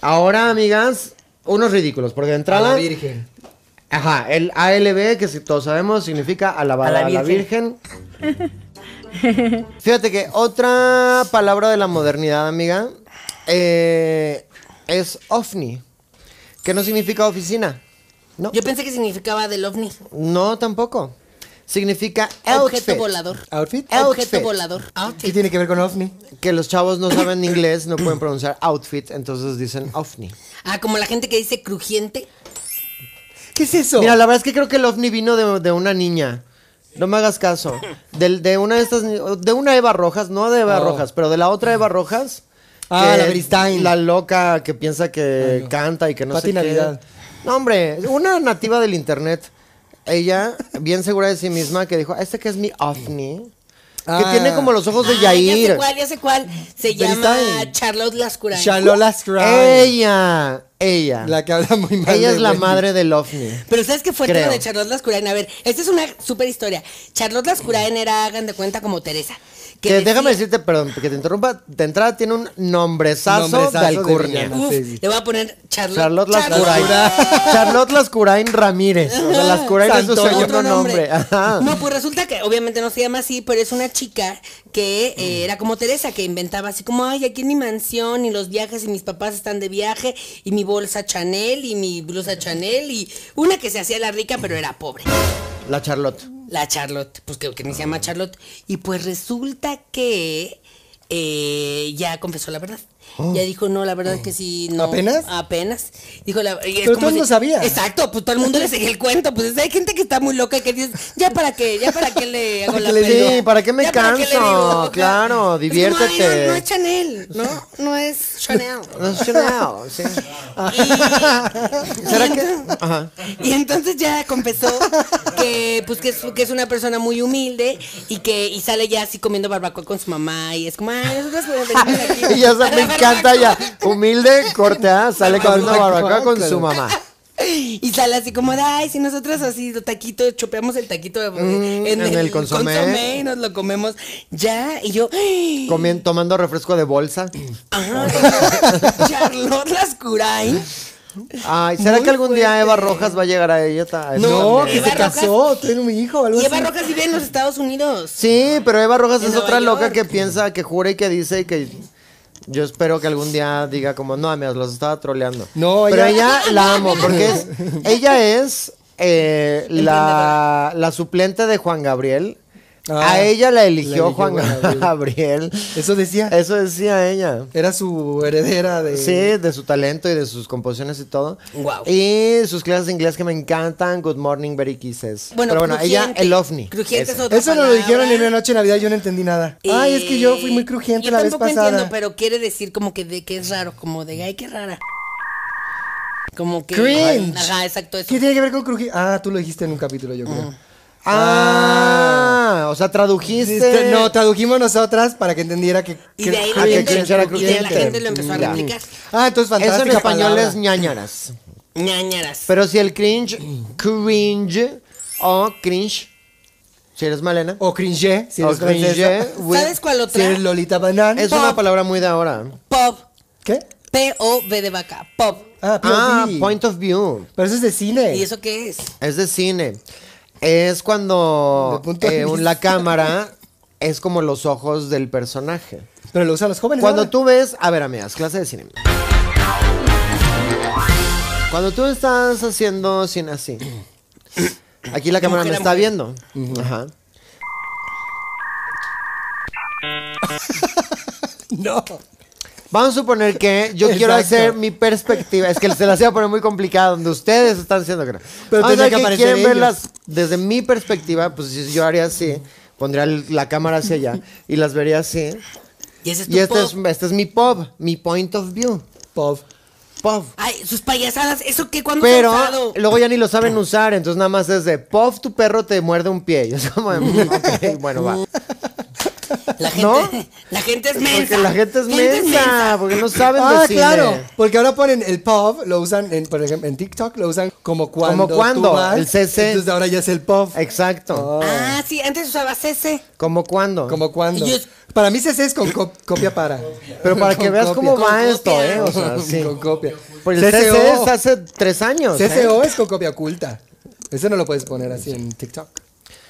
Speaker 1: Ahora, amigas, unos ridículos, porque de
Speaker 4: A
Speaker 1: entrada...
Speaker 4: la Virgen.
Speaker 1: Ajá, el ALB, que si todos sabemos, significa alabar a la, Virgen. Fíjate que otra palabra de la modernidad, amiga, eh, es OVNI, que no significa oficina. No,
Speaker 2: Yo pensé que significaba del ovni.
Speaker 1: no tampoco. Significa
Speaker 2: Objeto
Speaker 1: outfit.
Speaker 2: volador.
Speaker 4: Outfit.
Speaker 2: Objeto
Speaker 1: Outfit. Ah,
Speaker 2: volador. Outfit.
Speaker 4: ¿Qué tiene que ver con ovni?
Speaker 1: Que los chavos no saben inglés, no pueden pronunciar outfit, entonces dicen OVNI.
Speaker 2: Ah, como la gente que dice crujiente.
Speaker 4: ¿Qué es eso?
Speaker 1: Mira, la verdad es que creo que el ovni vino de, de una niña. No me hagas caso. Del- De, una de estas. ni- De una Eva Rojas, no de Eva
Speaker 4: Oh.
Speaker 1: Rojas, pero de la otra Eva Rojas.
Speaker 4: Ah,
Speaker 1: que
Speaker 4: la
Speaker 1: es
Speaker 4: Beristain.
Speaker 1: La loca que piensa que canta y que no
Speaker 4: Pati
Speaker 1: sé
Speaker 4: Navidad.
Speaker 1: qué. No, hombre, una nativa del internet. Ella, bien segura de sí misma, que dijo: Este que es mi ovni. Que
Speaker 4: Ah.
Speaker 1: tiene como los ojos Pues de
Speaker 2: Ah, ya sé
Speaker 1: Yair.
Speaker 2: cuál, ya sé cuál. Se llama
Speaker 4: Beristain.
Speaker 2: Charlotte Lascurain.
Speaker 4: Shalola Scry.
Speaker 1: Ella, ella.
Speaker 4: La que habla muy mal.
Speaker 1: ella
Speaker 4: de
Speaker 1: es la
Speaker 4: Wendy.
Speaker 1: madre del ovni.
Speaker 2: Pero ¿sabes qué fue todo
Speaker 1: Creo.
Speaker 2: de Charlotte Lascurain? A ver, esta es una super historia. Charlotte Lascurain era, hagan de cuenta, como Teresa.
Speaker 1: Que,
Speaker 2: decía-
Speaker 1: déjame decirte, perdón, que te interrumpa. De entrada tiene un nombrezazo,
Speaker 4: Nombrezazo
Speaker 1: de
Speaker 4: de
Speaker 1: alcurnia.
Speaker 4: villana.
Speaker 2: Uf,
Speaker 4: Sí, sí.
Speaker 2: le voy a poner Charlotte.
Speaker 1: Charlotte
Speaker 2: Charlotte.
Speaker 1: Lascurain. Charlotte Lascurain Ramírez. O sea, Lascurain es su
Speaker 4: Santo,
Speaker 1: segundo
Speaker 2: Otro
Speaker 1: nombre.
Speaker 2: nombre.
Speaker 1: Ajá.
Speaker 2: No, pues resulta que obviamente no se llama así, pero es una chica que
Speaker 1: Mm.
Speaker 2: eh, era como Teresa, que inventaba así como, ay, aquí en mi mansión y los viajes y mis papás están de viaje y mi bolsa Chanel y mi blusa Chanel y una que se hacía la rica pero era pobre.
Speaker 1: La Charlotte.
Speaker 2: La Charlotte, pues que, que ni se
Speaker 1: Ah.
Speaker 2: llama Charlotte. Y pues resulta que eh, ya confesó la verdad.
Speaker 1: Oh.
Speaker 2: Ya dijo, no, la verdad es que sí, no.
Speaker 4: ¿Apenas?
Speaker 2: Apenas. Dijo la y es
Speaker 4: Pero todo el
Speaker 2: si-
Speaker 4: mundo sabía.
Speaker 2: Exacto, pues todo el mundo le seguía el cuento. Pues hay gente que está muy loca y que dice, ya para qué, ya para qué le hago
Speaker 1: ¿Para
Speaker 2: la
Speaker 1: qué le
Speaker 2: pelea?
Speaker 1: digo? ¿Para qué me
Speaker 2: ¿Ya qué le
Speaker 1: canso?
Speaker 2: digo?
Speaker 1: Claro,
Speaker 2: Es como, ay,
Speaker 1: diviértete.
Speaker 2: no, no es Chanel, no, no es Chanel.
Speaker 1: No sé nada, sí.
Speaker 2: Y-
Speaker 1: ¿Será
Speaker 2: y
Speaker 1: que-
Speaker 2: entonces-
Speaker 1: Ajá.
Speaker 2: Y entonces ya confesó que, pues, que, es, que es una persona muy humilde y que y sale ya así comiendo barbacoa con su mamá y es como, ay, nosotros podemos venir aquí.
Speaker 1: Y ya sa- me encanta ya. Humilde, corte, ah, sale con una
Speaker 4: Barbacoa,
Speaker 1: barbacoa con su
Speaker 4: claro.
Speaker 1: mamá.
Speaker 2: Y sale así como, de, ay, si nosotros así, lo taquito, chopeamos el taquito eh, en,
Speaker 1: en
Speaker 2: el,
Speaker 1: el consomé.
Speaker 2: y nos lo comemos ya. Y yo, ay,
Speaker 1: Comien- tomando refresco de bolsa.
Speaker 2: ajá, Charlotte Lascurain.
Speaker 1: Ay, ¿será
Speaker 4: Muy
Speaker 1: que algún día
Speaker 4: fuerte.
Speaker 1: Eva Rojas va a llegar a ella? ta- a eso
Speaker 4: No,
Speaker 1: también?
Speaker 4: que
Speaker 2: Eva
Speaker 4: se
Speaker 2: Rojas-
Speaker 4: casó, tiene un hijo o algo
Speaker 2: Y Eva
Speaker 4: así.
Speaker 2: Rojas vive en los Estados Unidos.
Speaker 1: Sí, pero Eva Rojas
Speaker 2: En
Speaker 1: es
Speaker 2: Nueva
Speaker 1: otra loca
Speaker 2: York.
Speaker 1: que piensa, que jura y que dice y que yo espero que algún día diga como, no, amigos, los estaba troleando.
Speaker 4: No,
Speaker 1: pero ella
Speaker 4: ella-
Speaker 1: la amo porque es, ella es eh, la, la suplente de Juan Gabriel.
Speaker 4: Ah,
Speaker 1: a ella la eligió,
Speaker 4: la eligió
Speaker 1: Juan
Speaker 4: Juan Gabriel.
Speaker 1: Gabriel.
Speaker 4: Eso decía.
Speaker 1: Eso decía ella.
Speaker 4: Era su heredera de.
Speaker 1: Sí, de su talento y de sus composiciones y todo.
Speaker 2: Guau.
Speaker 1: Y sus clases de inglés que me encantan. Good morning, very kisses. Pero bueno, ella,
Speaker 2: crujiente.
Speaker 1: el ovni.
Speaker 2: Crujiente es otra
Speaker 4: Eso no lo dijeron en
Speaker 2: palabra.
Speaker 4: una noche de Navidad, yo no entendí nada. Ay, es que yo fui muy crujiente
Speaker 2: Eh, Yo
Speaker 4: la vez
Speaker 2: tampoco
Speaker 4: pasada.
Speaker 2: entiendo, pero quiere decir como que de que es raro, como de ay, qué rara. Como que
Speaker 4: Cringe.
Speaker 2: Ajá, exacto eso.
Speaker 4: ¿Qué tiene que ver con crujir? Ah, tú lo dijiste en un capítulo, yo creo.
Speaker 1: Ah, o sea, tradujiste.
Speaker 4: Dijiste- Este, No, tradujimos nosotras para que entendiera que.
Speaker 2: Y
Speaker 4: que-
Speaker 2: de ahí
Speaker 1: ah,
Speaker 2: la
Speaker 1: que
Speaker 2: gente,
Speaker 1: cringe era
Speaker 2: y de la
Speaker 1: crujiente.
Speaker 2: gente lo empezó a
Speaker 1: Ya.
Speaker 2: replicar.
Speaker 4: Ah, entonces fantástica
Speaker 1: Eso en español
Speaker 4: palabra.
Speaker 1: es ñañaras.
Speaker 2: Ñañaras.
Speaker 1: Pero si el cringe, cringe o cringe, si eres Malena,
Speaker 4: O cringe, si eres
Speaker 1: O cringe,
Speaker 4: francesa.
Speaker 1: güey.
Speaker 2: ¿Sabes cuál otra?
Speaker 4: Si eres Lolita Banán.
Speaker 1: es una palabra muy de ahora.
Speaker 2: Pop.
Speaker 4: ¿Qué?
Speaker 2: P-O-V de vaca. Pop.
Speaker 4: Ah,
Speaker 1: Ah,
Speaker 4: POV.
Speaker 1: point of view.
Speaker 4: Pero eso es de cine.
Speaker 2: ¿Y eso qué es?
Speaker 1: Es de cine. Es cuando
Speaker 4: De punto de
Speaker 1: eh, un-
Speaker 4: vista.
Speaker 1: la cámara es como los ojos del personaje.
Speaker 4: Pero lo usan los jóvenes.
Speaker 1: Cuando
Speaker 4: ahora.
Speaker 1: tú ves, a ver, amigas, clase de cine. Cuando tú estás haciendo cine así, aquí la cámara me
Speaker 2: mujer a
Speaker 1: está
Speaker 2: mujer.
Speaker 1: viendo. Ajá.
Speaker 4: No.
Speaker 1: Vamos a suponer que yo
Speaker 4: Exacto.
Speaker 1: quiero hacer mi perspectiva. Es que se las iba a poner muy complicada donde ustedes están diciendo que no.
Speaker 4: Pero
Speaker 1: Vamos a
Speaker 4: tenía
Speaker 1: ver
Speaker 4: que
Speaker 1: que,
Speaker 4: aparecer
Speaker 1: quieren
Speaker 4: ellos.
Speaker 1: verlas desde mi perspectiva, pues si yo haría así, pondría el- la cámara hacia allá y las vería así.
Speaker 2: Y ese es tu
Speaker 1: Y este
Speaker 2: pop.
Speaker 1: es, este es mi pop, mi point of view.
Speaker 4: Pop.
Speaker 1: Pop.
Speaker 2: Ay, sus payasadas. ¿Eso qué? ¿Cuándo se ha
Speaker 1: Pero
Speaker 2: usado?
Speaker 1: luego ya ni lo saben usar, entonces nada más es de Puff, tu perro te muerde un pie. Yo soy como, mm, ok, bueno, va.
Speaker 2: La gente,
Speaker 1: ¿No?
Speaker 2: la gente es mensa.
Speaker 1: Porque la gente es
Speaker 2: mensa.
Speaker 1: mensa, porque no saben
Speaker 4: Ah,
Speaker 1: de cine.
Speaker 4: claro. Porque ahora ponen el pop, lo usan, en, por ejemplo, en TikTok, lo usan como cuando. tú
Speaker 1: cuando,
Speaker 4: vas,
Speaker 1: el CC.
Speaker 4: Entonces ahora ya es el pop.
Speaker 1: Exacto.
Speaker 2: Ah, sí, antes usaba CC.
Speaker 1: ¿Cómo cuándo?
Speaker 4: Como cuando.
Speaker 2: Y es-
Speaker 4: Para mí CC es con co- copia para.
Speaker 1: Pero para que
Speaker 4: Con
Speaker 1: veas
Speaker 4: copia.
Speaker 1: cómo
Speaker 4: Con
Speaker 1: va
Speaker 2: copia.
Speaker 1: esto, ¿eh? O sea, sí.
Speaker 4: Con copia.
Speaker 1: Pues el
Speaker 4: CCO.
Speaker 1: CC es hace tres años. ¿eh?
Speaker 4: CCO es con copia oculta. Eso no lo puedes poner así en TikTok.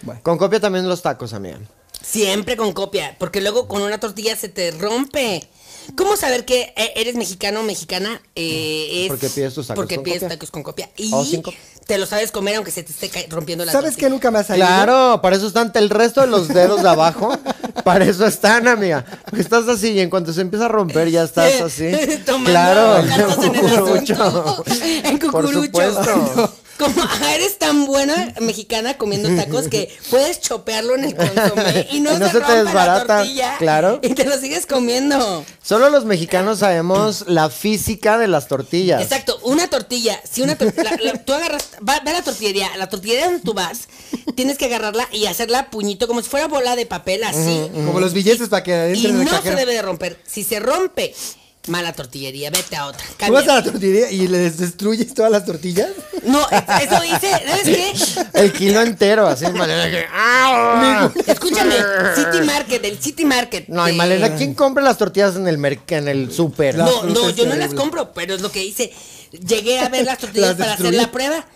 Speaker 4: Bueno.
Speaker 1: Con copia también los tacos, amiga.
Speaker 2: Siempre con copia, porque luego con una tortilla se te rompe. ¿Cómo saber que eh, eres mexicano o mexicana? Eh, es
Speaker 1: Porque pides tus tacos
Speaker 2: porque
Speaker 1: con
Speaker 2: pides
Speaker 1: copia.
Speaker 2: tacos con copia. Y
Speaker 1: O sin copia.
Speaker 2: te lo sabes comer aunque se te esté ca- rompiendo la
Speaker 4: ¿Sabes
Speaker 2: tortilla.
Speaker 4: qué nunca me ha salido?
Speaker 1: Claro, para eso están el resto de los dedos de abajo. Para eso están, amiga. Porque Estás así y en cuanto se empieza a romper ya estás así.
Speaker 2: Tomando
Speaker 1: claro,
Speaker 2: cartas en el
Speaker 1: cucurucho.
Speaker 2: asunto. En
Speaker 1: Por
Speaker 2: cucurucho.
Speaker 1: supuesto.
Speaker 2: Como ah, eres tan buena mexicana comiendo tacos que puedes chopearlo en el consomé y no,
Speaker 1: Y no
Speaker 2: se,
Speaker 1: se te
Speaker 2: rompe
Speaker 1: desbarata,
Speaker 2: la tortilla.
Speaker 1: claro.
Speaker 2: Y te lo sigues comiendo.
Speaker 1: Solo los mexicanos sabemos la física de las tortillas.
Speaker 2: Exacto, una tortilla. Si una tor- la- la- tú agarras, va, ve a la tortillería, a la tortillería donde tú vas, tienes que agarrarla y hacerla puñito como si fuera bola de papel así.
Speaker 4: Como los billetes para que
Speaker 2: Y
Speaker 4: entren en el
Speaker 2: no se
Speaker 4: cajero.
Speaker 2: debe de romper. Si se rompe Mala tortillería, vete a otra.
Speaker 4: ¿Tú vas
Speaker 2: Cambia.
Speaker 4: a la tortillería y les destruyes todas las tortillas?
Speaker 2: No, eh, eso hice, ¿sabes qué?
Speaker 1: El kilo entero, así, Malena. que- ¡Ah!
Speaker 2: Escúchame, City Market, el City Market.
Speaker 1: No, y
Speaker 2: de-
Speaker 1: Malena, ¿quién compra las tortillas en el, merc- en el súper?
Speaker 4: La-
Speaker 2: No,
Speaker 4: fruta
Speaker 2: no,
Speaker 4: es
Speaker 2: yo no las
Speaker 4: terrible.
Speaker 2: compro, pero es lo que hice. Llegué a ver las tortillas
Speaker 4: Las
Speaker 2: para hacer
Speaker 4: destruí.
Speaker 2: la prueba.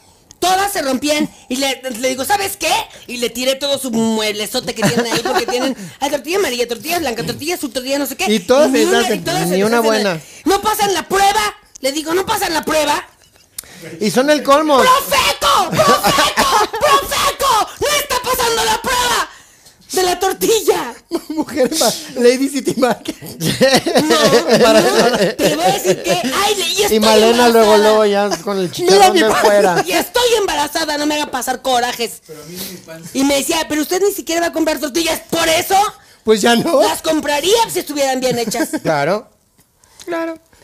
Speaker 2: Todas se rompían y le, le digo, ¿sabes qué? Y le tiré todo su mueblezote que tienen ahí porque tienen ah, tortilla amarilla, tortilla blanca, tortilla su tortilla no sé qué.
Speaker 4: Y todas se
Speaker 2: una-
Speaker 4: deshacen,
Speaker 2: todas se
Speaker 1: ni una
Speaker 2: deshacen.
Speaker 1: buena.
Speaker 2: No pasan la prueba. Le digo, no pasan la prueba.
Speaker 1: Y son el colmo.
Speaker 2: ¡Profeco! ¡Profeco! ¡Profeco! ¡No está pasando la prueba! De la tortilla.
Speaker 4: Mujer, ma- Lady City Market.
Speaker 2: No, no, te voy a decir que. Ay, le- y, estoy
Speaker 1: Y Malena
Speaker 2: embarazada.
Speaker 1: luego, luego ya con el chicharrón
Speaker 4: mi
Speaker 1: de
Speaker 4: pan.
Speaker 1: fuera.
Speaker 2: Y estoy embarazada, no me haga pasar corajes. Y me decía, pero usted ni siquiera va a comprar tortillas, por eso
Speaker 4: Pues ya
Speaker 1: Oh.
Speaker 4: no.
Speaker 2: las compraría si estuvieran bien hechas.
Speaker 1: Claro.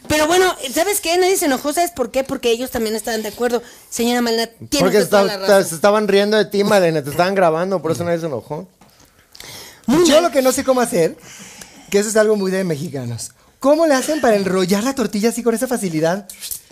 Speaker 2: Pero bueno, ¿sabes qué? Nadie se enojó, ¿sabes por qué? Porque ellos también estaban de acuerdo. Señora Malena, tiene
Speaker 1: Porque
Speaker 2: usted toda
Speaker 1: esta-
Speaker 2: la
Speaker 1: esta-
Speaker 2: razón.
Speaker 1: se estaban riendo de ti, Malena. Te estaban grabando, por eso nadie se enojó.
Speaker 2: Muy
Speaker 4: Yo
Speaker 2: mal.
Speaker 4: lo que no sé cómo hacer, que eso es algo muy de mexicanos. ¿Cómo le hacen para enrollar la tortilla así con esa facilidad?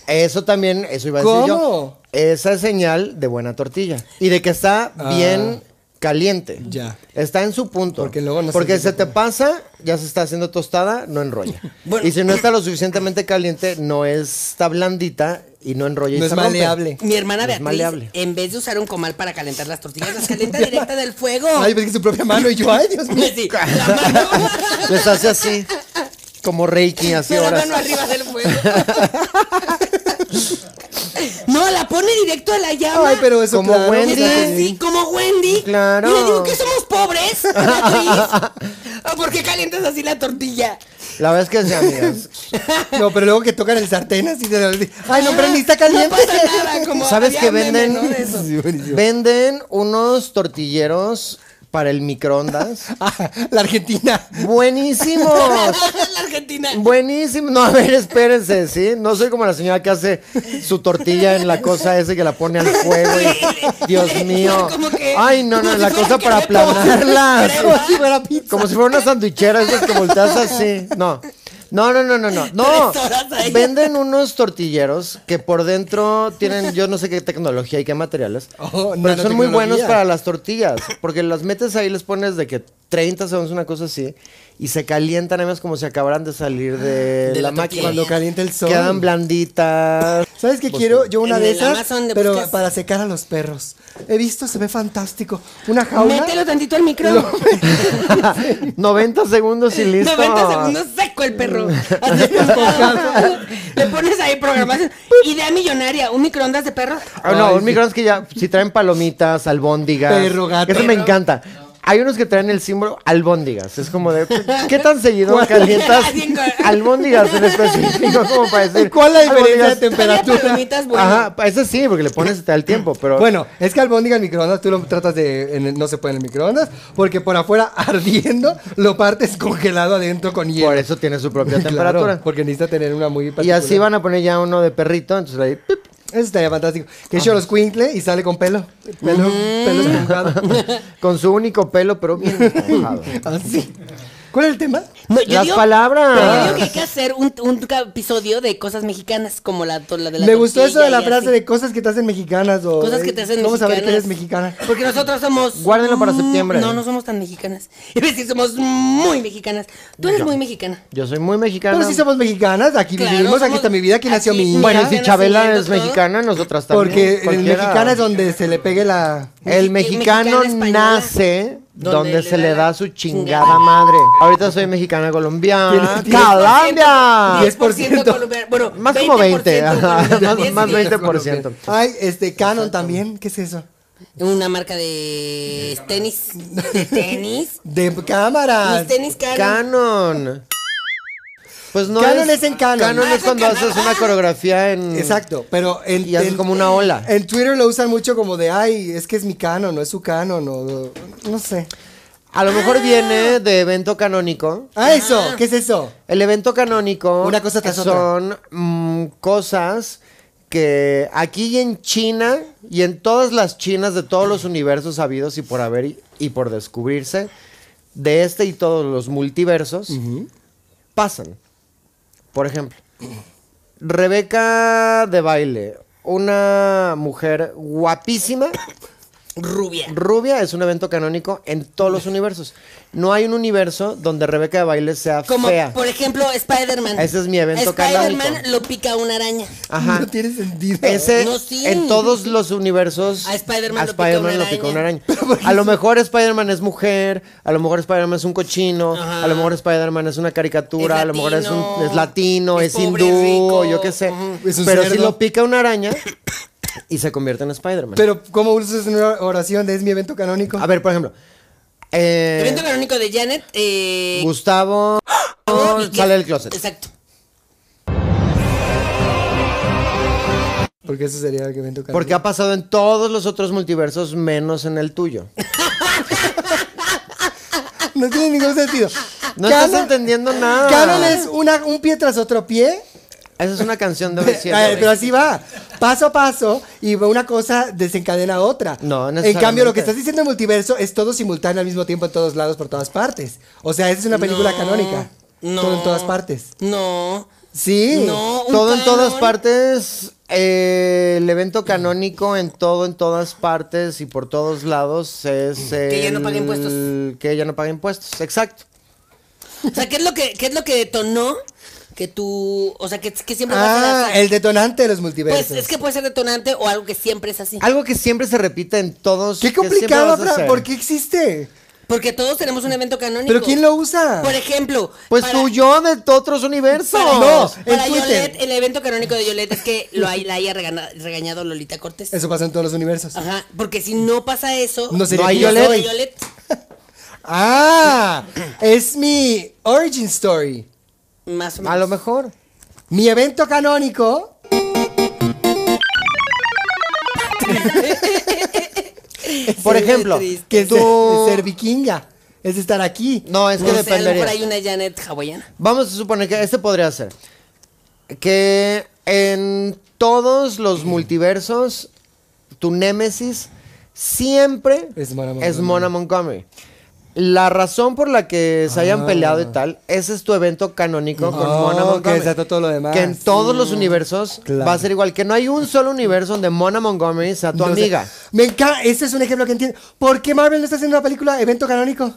Speaker 1: Eso también, eso iba a decir yo.
Speaker 4: ¿Cómo?
Speaker 1: Esa es señal de buena tortilla. Y de que está
Speaker 4: Ah.
Speaker 1: bien caliente.
Speaker 4: Ya.
Speaker 1: Está en su punto.
Speaker 4: Porque luego no se
Speaker 1: Porque se
Speaker 4: llega
Speaker 1: te pasa, ya se está haciendo tostada, no enrolla.
Speaker 2: Bueno.
Speaker 1: Y si no está lo suficientemente caliente, no está blandita y no enrolla. y
Speaker 4: No es
Speaker 1: se rompe.
Speaker 4: maleable.
Speaker 2: Mi hermana
Speaker 1: Es
Speaker 2: Beatriz,
Speaker 1: maleable.
Speaker 2: en vez de usar un comal para calentar las tortillas, las calienta directa del fuego.
Speaker 4: Ay, ves que su propia mano y yo, ay, Dios mío.
Speaker 2: Sí, la mano,
Speaker 1: Les hace así, como reiki, así
Speaker 2: la
Speaker 1: horas.
Speaker 2: mano arriba del fuego. No, la pone directo a la llama.
Speaker 4: Ay, pero eso
Speaker 1: Como
Speaker 4: claro,
Speaker 1: Wendy.
Speaker 4: o sea,
Speaker 2: Sí, sí, como Wendy.
Speaker 1: Claro.
Speaker 2: Y le digo que somos pobres, Beatriz. ¿O ¿Por qué calientas así la tortilla?
Speaker 1: La verdad es que sí, amigas.
Speaker 4: No, pero luego que tocan el sartén así de... Ay, no, pero ni está caliente.
Speaker 2: No pasa nada, como
Speaker 1: ¿Sabes
Speaker 2: había
Speaker 1: que
Speaker 2: meme,
Speaker 1: venden?
Speaker 2: ¿no? de eso.
Speaker 4: Sí, buenísimo.
Speaker 1: Venden unos tortilleros para el microondas.
Speaker 4: Ah, la Argentina.
Speaker 1: Buenísimos.
Speaker 2: la Argentina.
Speaker 1: Buenísimo. No, a ver, espérense, ¿sí? No soy como la señora que hace su tortilla en la cosa esa y que la pone al fuego. y- Dios mío.
Speaker 2: Como que-
Speaker 1: Ay, no, no,
Speaker 2: como
Speaker 1: la
Speaker 2: si
Speaker 1: cosa para
Speaker 2: fuera crepo.
Speaker 4: Ah,
Speaker 1: aplanarlas.
Speaker 2: Crema.
Speaker 1: Como si fuera pizza. Como si fuera una sandwichera, esas que volteas así. No. No, no, no, no, no. No.
Speaker 2: Tres horas ahí.
Speaker 1: Venden unos tortilleros que por dentro tienen, yo no sé qué tecnología y qué materiales.
Speaker 4: Oh,
Speaker 1: pero son muy
Speaker 4: nanotecnología.
Speaker 1: buenos para las tortillas, porque las metes ahí, les pones de que 30 segundos, una cosa así, y se calientan, además, como si acabaran de salir de,
Speaker 2: De
Speaker 1: la,
Speaker 2: la tortilla.
Speaker 1: máquina.
Speaker 4: Cuando calienta el sol.
Speaker 1: Quedan blanditas.
Speaker 4: ¿Sabes qué
Speaker 1: Busca.
Speaker 4: quiero? Yo una
Speaker 2: En
Speaker 4: de
Speaker 2: el
Speaker 4: esas,
Speaker 2: Amazon le
Speaker 4: pero
Speaker 2: buscas-
Speaker 4: para secar a los perros. He visto, se ve fantástico. Una jaula.
Speaker 2: Mételo tantito al micro.
Speaker 1: 90 segundos y listo.
Speaker 2: 90 segundos seco el perro. Así, Le pones ahí programación. Idea millonaria, un microondas de perro.
Speaker 1: Ah, no,
Speaker 4: Ay,
Speaker 1: un
Speaker 4: sí.
Speaker 1: microondas que ya, si traen palomitas, albóndigas.
Speaker 4: Perro, gato.
Speaker 1: Eso me
Speaker 4: Perro.
Speaker 1: encanta. Hay unos que traen el símbolo albóndigas. Es como de, ¿qué tan seguido calientas
Speaker 2: Bien con-
Speaker 1: albóndigas en específico? Como para decir,
Speaker 4: ¿Cuál la diferencia de
Speaker 1: albóndigas?
Speaker 2: Había
Speaker 4: temperatura?
Speaker 2: palomitas buenas.
Speaker 1: Ajá, pa- ese sí, porque le pones al tiempo, pero...
Speaker 4: Bueno, es que albóndiga en microondas tú lo tratas de... en el- no se puede en el microondas porque por afuera ardiendo lo partes congelado adentro con hielo.
Speaker 1: Por eso tiene su propia
Speaker 4: Claro,
Speaker 1: temperatura.
Speaker 4: porque necesita tener una muy
Speaker 1: y
Speaker 4: particular.
Speaker 1: así van a poner ya uno de perrito, entonces ahí... pip.
Speaker 4: Eso estaría fantástico. Que yo los cuincle y sale con pelo. Pelo,
Speaker 2: Mm.
Speaker 4: pelo esponjado.
Speaker 1: Con su único pelo, pero bien mojado.
Speaker 4: Así. ¿Cuál es el tema?
Speaker 2: No, yo
Speaker 1: Las
Speaker 2: digo-
Speaker 1: palabras.
Speaker 2: pero yo digo que hay que hacer un, un ca- episodio de cosas mexicanas como la, to- la de la
Speaker 4: Me gustó eso
Speaker 2: tortilla
Speaker 4: de la
Speaker 2: y
Speaker 4: frase
Speaker 2: así.
Speaker 4: de cosas que te hacen mexicanas o
Speaker 2: Cosas que te hacen
Speaker 4: ¿Cómo saber que
Speaker 2: mexicanas?
Speaker 4: eres mexicana?
Speaker 2: Porque nosotros somos.
Speaker 1: Guárdenlo para
Speaker 2: mm,
Speaker 1: septiembre.
Speaker 2: No, no somos tan mexicanas. Es decir, somos muy mexicanas. Tú eres muy mexicana.
Speaker 1: Yo soy muy mexicano.
Speaker 4: Pero sí somos mexicanas, aquí
Speaker 2: Claro,
Speaker 4: vivimos, aquí
Speaker 2: somos-
Speaker 4: está mi vida, aquí nació
Speaker 2: aquí-
Speaker 4: mi hija.
Speaker 1: Bueno, y si
Speaker 2: Mexicana,
Speaker 1: Chabela
Speaker 2: siguiendo
Speaker 1: es
Speaker 2: todo.
Speaker 1: mexicana, nosotras también.
Speaker 4: porque en
Speaker 1: cualquiera.
Speaker 4: mexicana es donde se le pegue la...
Speaker 1: El mexicano
Speaker 2: mexicana española,
Speaker 1: nace
Speaker 2: donde
Speaker 1: donde,
Speaker 2: le
Speaker 1: se
Speaker 2: da
Speaker 1: le
Speaker 2: la
Speaker 1: da su chingada madre. Ahorita soy mexicana colombiana.
Speaker 4: Tienes diez por
Speaker 1: ¡Colombia!
Speaker 2: 10%
Speaker 4: 10%.
Speaker 2: colombiano. Bueno,
Speaker 1: Más como 20.
Speaker 2: 20%,
Speaker 1: ajá,
Speaker 2: colombiano,
Speaker 1: más, más
Speaker 2: 10.
Speaker 1: 20%.
Speaker 4: Ay, este, Canon también, ¿qué es eso?
Speaker 2: Una marca de tenis. De tenis.
Speaker 4: De cámara.
Speaker 2: Mis tenis caros.
Speaker 1: Canon. Pues no
Speaker 4: Canon es en Canon.
Speaker 1: Canon
Speaker 2: Ah,
Speaker 1: es
Speaker 2: es
Speaker 1: cuando
Speaker 2: en Canon.
Speaker 1: haces una coreografía en.
Speaker 4: Exacto, pero en,
Speaker 1: Mm. Y haces
Speaker 4: en-
Speaker 1: como una ola.
Speaker 4: En Twitter lo usan mucho como de, ay, es que es mi Canon, no es su Canon, o no sé.
Speaker 1: A lo mejor viene de evento canónico.
Speaker 4: Ah, eso, ¿qué es eso?
Speaker 1: El evento canónico
Speaker 4: Una cosa tras otra.
Speaker 1: son mm, cosas que aquí y en China y en todas las Chinas de todos los universos sabidos y por haber y, y por descubrirse, de este y todos los multiversos, pasan. Por ejemplo, Rebeca de baile, una mujer guapísima,
Speaker 2: Rubia.
Speaker 1: rubia, es un evento canónico en todos los universos. No hay un universo donde Rebeca de baile sea
Speaker 2: Como,
Speaker 1: fea.
Speaker 2: por ejemplo, Spider-Man.
Speaker 1: Ese es mi evento
Speaker 2: Spider-Man
Speaker 1: canónico. Eh.
Speaker 2: lo pica una araña.
Speaker 1: Ajá.
Speaker 4: No tiene sentido.
Speaker 1: Ese,
Speaker 2: No, sí.
Speaker 1: en todos los universos,
Speaker 2: A Spider-Man
Speaker 1: a
Speaker 2: lo picó
Speaker 1: Spider-Man
Speaker 2: una
Speaker 1: lo picó una
Speaker 2: araña.
Speaker 1: araña. A lo mejor Spider-Man es mujer, a lo mejor Spider-Man es un cochino,
Speaker 2: Ajá.
Speaker 1: a lo mejor Spider-Man es una caricatura,
Speaker 2: Es
Speaker 1: a lo mejor es, un,
Speaker 2: latino,
Speaker 1: es latino, es,
Speaker 2: es pobre,
Speaker 1: hindú,
Speaker 2: rico,
Speaker 1: yo qué sé.
Speaker 2: ujú.
Speaker 4: Es un
Speaker 1: Pero si
Speaker 4: cerdo.
Speaker 1: lo pica una araña y se convierte en Spider-Man.
Speaker 4: Pero, ¿cómo usas una oración de es mi evento canónico?
Speaker 1: A ver, por ejemplo, eh,
Speaker 2: evento canónico de Janet. Eh,
Speaker 1: Gustavo
Speaker 2: ¿no? Y que-
Speaker 1: sale del closet.
Speaker 2: Exacto.
Speaker 4: Porque eso sería el evento canónico.
Speaker 1: Porque ha pasado en todos los otros multiversos menos en el tuyo.
Speaker 4: Ah, No tiene ningún sentido.
Speaker 1: No estás entendiendo nada.
Speaker 4: Canon es una, un pie tras otro pie.
Speaker 1: Esa es una canción de
Speaker 4: Pe- eh, pero
Speaker 1: B7.
Speaker 4: así va, paso a paso, y va una cosa desencadena otra.
Speaker 1: No,
Speaker 4: En cambio, lo
Speaker 1: necesariamente.
Speaker 4: que estás diciendo en multiverso es todo simultáneo al mismo tiempo en todos lados, por todas partes. O sea, esa es una película
Speaker 2: No,
Speaker 4: canónica.
Speaker 2: no.
Speaker 4: Todo en todas partes.
Speaker 2: No.
Speaker 4: Sí.
Speaker 2: No, un
Speaker 1: Todo en todas
Speaker 2: canon.
Speaker 1: partes, eh, el evento canónico en todo, en todas partes y por todos lados es...
Speaker 2: Que ya no paga
Speaker 1: el-
Speaker 2: impuestos.
Speaker 1: Que ya no paga impuestos, exacto.
Speaker 2: O sea, ¿qué es lo que, qué es lo que detonó que tú. O sea, que, que siempre va a
Speaker 4: Ah,
Speaker 2: ser así?
Speaker 4: el detonante de los multiversos.
Speaker 2: Pues es que puede ser detonante o algo que siempre es así.
Speaker 1: Algo que siempre se repite en todos...
Speaker 4: Qué
Speaker 1: que siempre
Speaker 4: complicado,
Speaker 1: vas a
Speaker 4: Fran,
Speaker 1: hacer.
Speaker 4: ¿por qué existe?
Speaker 2: Porque todos tenemos un evento canónico.
Speaker 4: ¿Pero quién lo usa?
Speaker 2: Por ejemplo.
Speaker 1: Pues
Speaker 2: para-
Speaker 1: tú, yo de otros universos.
Speaker 2: Para,
Speaker 4: No, en
Speaker 2: para
Speaker 4: Twitter.
Speaker 2: Yolette, el evento canónico de Yolette es que lo hay, la haya regana- regañado Lolita Cortés.
Speaker 4: Eso pasa en todos los universos.
Speaker 2: Ajá, porque si no pasa eso,
Speaker 4: No sería
Speaker 2: hay
Speaker 4: Yolette.
Speaker 2: soy Yolette.
Speaker 4: Ah, es mi origin story.
Speaker 2: Más
Speaker 4: Ah,
Speaker 2: o menos.
Speaker 1: A lo mejor.
Speaker 4: Mi evento canónico.
Speaker 1: Por
Speaker 2: Sí,
Speaker 1: ejemplo,
Speaker 2: triste.
Speaker 4: que es de-
Speaker 1: tú-
Speaker 4: de ser vikinga. Es de estar aquí.
Speaker 1: No, es que
Speaker 2: No sé, a lo
Speaker 1: dependería.
Speaker 2: mejor hay una Janet hawaiana.
Speaker 1: Vamos a suponer que este podría ser. Que en todos los multiversos, tu némesis siempre
Speaker 4: Es Mona
Speaker 1: es Mona Montgomery. La razón por la que se hayan
Speaker 4: Ah.
Speaker 1: peleado y tal, ese es tu evento canónico con
Speaker 4: Oh,
Speaker 1: Mona
Speaker 4: que
Speaker 1: Montgomery.
Speaker 4: desató todo lo demás.
Speaker 1: Que en todos los universos
Speaker 4: claro.
Speaker 1: va a ser igual. Que no hay un solo universo donde Mona Montgomery sea tu
Speaker 4: No sé.
Speaker 1: amiga.
Speaker 4: me encanta. Ese es un ejemplo que entiendo. ¿Por qué Marvel no está haciendo una película evento canónico?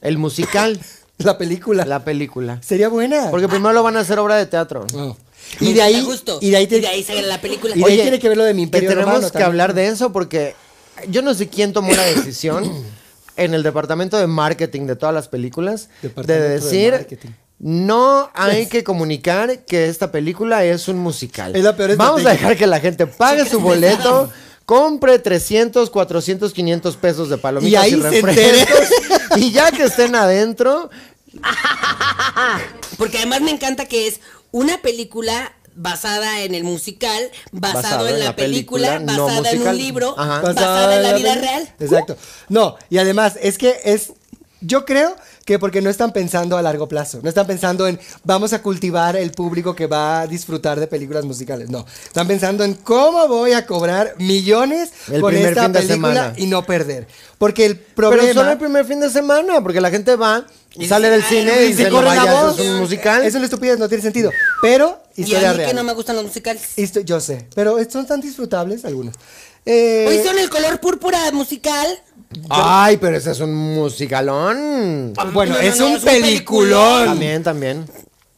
Speaker 1: El musical,
Speaker 4: La película.
Speaker 1: la película.
Speaker 4: Sería buena.
Speaker 1: Porque primero lo van a hacer obra de teatro.
Speaker 4: No.
Speaker 2: Me
Speaker 4: Y de
Speaker 2: gusta,
Speaker 4: ahí.
Speaker 2: justo.
Speaker 4: Y de ahí, te-
Speaker 2: sale la película.
Speaker 4: Y de ahí tiene que ver lo de mi imperio
Speaker 1: Que tenemos
Speaker 4: romano
Speaker 1: que
Speaker 4: también.
Speaker 1: hablar de eso porque yo no sé quién tomó la decisión en el departamento de marketing de todas las películas de
Speaker 4: Departamento de
Speaker 1: decir
Speaker 4: marketing.
Speaker 1: no hay que comunicar que esta película es un musical.
Speaker 4: Es la peor
Speaker 1: Vamos a
Speaker 4: estrategia.
Speaker 1: dejar que la gente pague su boleto. Compre 300, 400, 500 pesos de palomitas y,
Speaker 4: Y ahí se entere.
Speaker 1: refrescos, Y ya que estén adentro,
Speaker 2: Porque además me encanta que es una película basada en el musical, basado, en la, película,
Speaker 1: película, no
Speaker 2: basada en
Speaker 1: musical.
Speaker 2: un libro,
Speaker 1: Ajá.
Speaker 2: basada, en la vida real.
Speaker 4: Exacto. No, y además es que es. Yo creo que porque no están pensando a largo plazo. No están pensando en vamos a cultivar el público que va a disfrutar de películas musicales. No. Están pensando en cómo voy a cobrar millones
Speaker 1: El
Speaker 4: con
Speaker 1: primer
Speaker 4: esta
Speaker 1: fin de
Speaker 4: película
Speaker 1: semana.
Speaker 4: y no perder. Porque el problema.
Speaker 1: Pero solo el primer fin de semana, porque la gente va,
Speaker 2: Y
Speaker 1: sale del
Speaker 2: dice,
Speaker 1: cine
Speaker 2: "Ay,
Speaker 1: y
Speaker 2: se
Speaker 1: se
Speaker 2: corre
Speaker 1: corre
Speaker 2: la
Speaker 1: la
Speaker 2: voz".
Speaker 1: Es un musical.
Speaker 4: Es una estupidez, no tiene sentido. Pero,
Speaker 2: Y
Speaker 4: historia
Speaker 2: a mí que
Speaker 4: real.
Speaker 2: no me gustan los musicales.
Speaker 4: Histo- yo sé, pero son tan disfrutables algunos. Eh,
Speaker 2: Hoy son el color púrpura musical.
Speaker 1: Ay, pero ese es un musicalón.
Speaker 4: bueno,
Speaker 2: No, no,
Speaker 4: es,
Speaker 2: no,
Speaker 4: un
Speaker 2: es un peliculón.
Speaker 4: peliculón.
Speaker 1: También, también.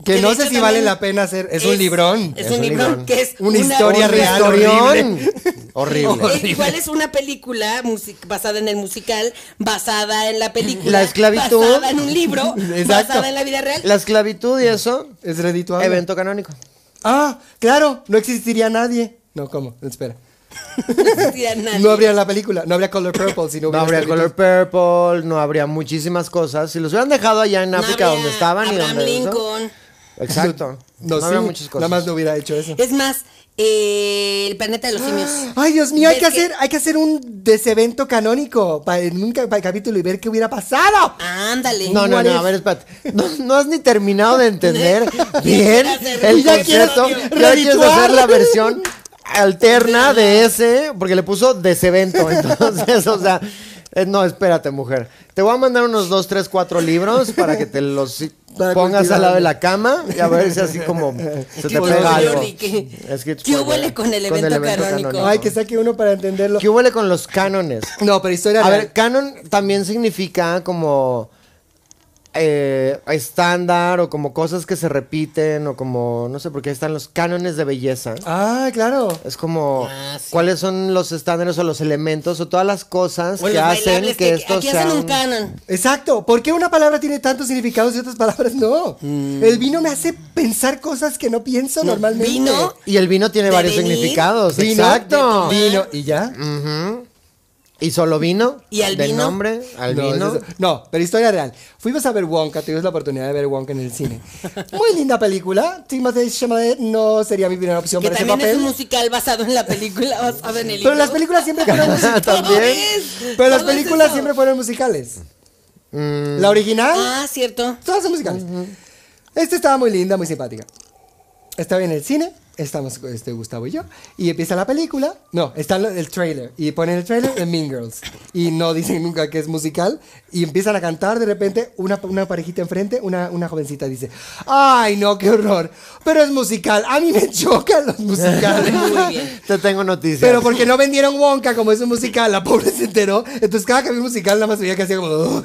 Speaker 4: Que,
Speaker 2: Que
Speaker 4: no
Speaker 2: de
Speaker 4: sé
Speaker 2: hecho
Speaker 4: si vale
Speaker 2: también
Speaker 4: la pena hacer. Es, un librón.
Speaker 2: Es, un, librón, que es
Speaker 4: Una historia
Speaker 1: Un
Speaker 4: real,
Speaker 1: historión. Horrible.
Speaker 2: Eh, Igual es una película musi- basada en el musical, basada en la película,
Speaker 1: La esclavitud.
Speaker 2: basada en un libro,
Speaker 4: Exacto.
Speaker 2: basada en la vida real.
Speaker 1: La esclavitud y eso,
Speaker 4: Es redituable.
Speaker 1: evento canónico.
Speaker 4: Ah, claro, no existiría nadie. No, ¿cómo? Espera.
Speaker 2: No existiría nadie.
Speaker 4: No habría la película, no habría Color Purple si
Speaker 1: No
Speaker 4: no hubiera
Speaker 1: habría
Speaker 4: escrito-
Speaker 1: Color Purple, no habría muchísimas cosas. Si los hubieran dejado allá en
Speaker 2: No
Speaker 1: África
Speaker 2: habría
Speaker 1: donde estaban y
Speaker 2: Abraham
Speaker 1: donde eso.
Speaker 2: Lincoln.
Speaker 1: Exacto.
Speaker 4: No,
Speaker 1: No,
Speaker 4: sí,
Speaker 1: habría muchas cosas.
Speaker 4: Nada más no hubiera hecho eso.
Speaker 2: Es más, eh, el planeta de los simios.
Speaker 4: Ay, Dios mío,
Speaker 2: ¿Ves
Speaker 4: hay que hacer, hay que hacer un desevento canónico para en un ca- para el capítulo y ver qué hubiera pasado.
Speaker 2: Ándale.
Speaker 1: No, no,
Speaker 4: What
Speaker 1: no,
Speaker 4: if?
Speaker 1: a ver, espérate. No, no has ni terminado de entender bien
Speaker 2: hacer
Speaker 1: el
Speaker 2: un
Speaker 1: ya concepto.
Speaker 2: episodio.
Speaker 1: Ya quieres
Speaker 4: Redituar.
Speaker 1: hacer la versión alterna de ese, porque le puso desevento. Entonces, o sea, eh, no, espérate, mujer. Te voy a mandar unos dos, tres, cuatro libros para que te los
Speaker 4: para
Speaker 1: pongas al lado de
Speaker 4: cultivarlo.
Speaker 1: la cama y a ver si así como se te
Speaker 2: hubo,
Speaker 1: pega algo.
Speaker 2: Johnny? ¿Qué-
Speaker 1: Es que-
Speaker 2: qué hubo con el evento canónico?
Speaker 4: Ay, que saque uno para entenderlo.
Speaker 1: ¿Qué huele con los cánones?
Speaker 4: No, pero historia
Speaker 1: A
Speaker 4: real.
Speaker 1: ver, canon también significa como eh, estándar o como cosas que se repiten o como, no sé, porque ahí están los cánones de belleza.
Speaker 4: Ah, claro.
Speaker 1: Es como
Speaker 2: Ah, sí.
Speaker 1: cuáles son los estándares o los elementos o todas las cosas
Speaker 2: O
Speaker 1: que
Speaker 2: los
Speaker 1: hacen
Speaker 2: bailables
Speaker 1: que, esto
Speaker 2: aquí
Speaker 1: sea
Speaker 2: hacen un
Speaker 1: un-
Speaker 2: canon.
Speaker 4: Exacto. ¿Por qué una palabra tiene tantos significados y otras palabras no? El vino me hace pensar cosas que no pienso normalmente.
Speaker 2: Vino
Speaker 1: Y el vino tiene
Speaker 2: De
Speaker 1: varios
Speaker 2: venir,
Speaker 1: significados,
Speaker 4: Vino,
Speaker 1: exacto. Mm,
Speaker 2: de
Speaker 4: Vino. ¿Y ya?
Speaker 1: Y solo vino.
Speaker 2: ¿Y al
Speaker 1: del
Speaker 2: vino?
Speaker 1: nombre, al
Speaker 4: no,
Speaker 1: vino.
Speaker 4: es eso. No, pero historia real. Fuimos a ver Wonka, tuvimos la oportunidad de ver Wonka en el cine. Muy linda película. Timothée Chalamet no sería mi primera opción
Speaker 2: que
Speaker 4: para ese
Speaker 2: también es
Speaker 4: papel.
Speaker 2: un musical basado en la película, basado en el libro.
Speaker 4: pero las películas siempre fueron musicales.
Speaker 1: También.
Speaker 4: Pero las películas siempre fueron musicales. La original,
Speaker 2: Ah, cierto.
Speaker 4: todas son musicales. Esta estaba muy linda, muy simpática. Estaba en el cine, estamos este, Gustavo y yo, y empieza la película. No, está lo- el trailer. Y ponen el trailer de Mean Girls. Y no dicen nunca que es musical. Y empiezan a cantar de repente una, una parejita enfrente, una, una jovencita dice, ay no, qué horror. Pero es musical. A mí me chocan los musicales.
Speaker 1: Te tengo noticias.
Speaker 4: Pero porque no vendieron Wonka como es un musical, la pobre se enteró. Entonces cada que vi un musical nada más veía que hacía como... "Ugh".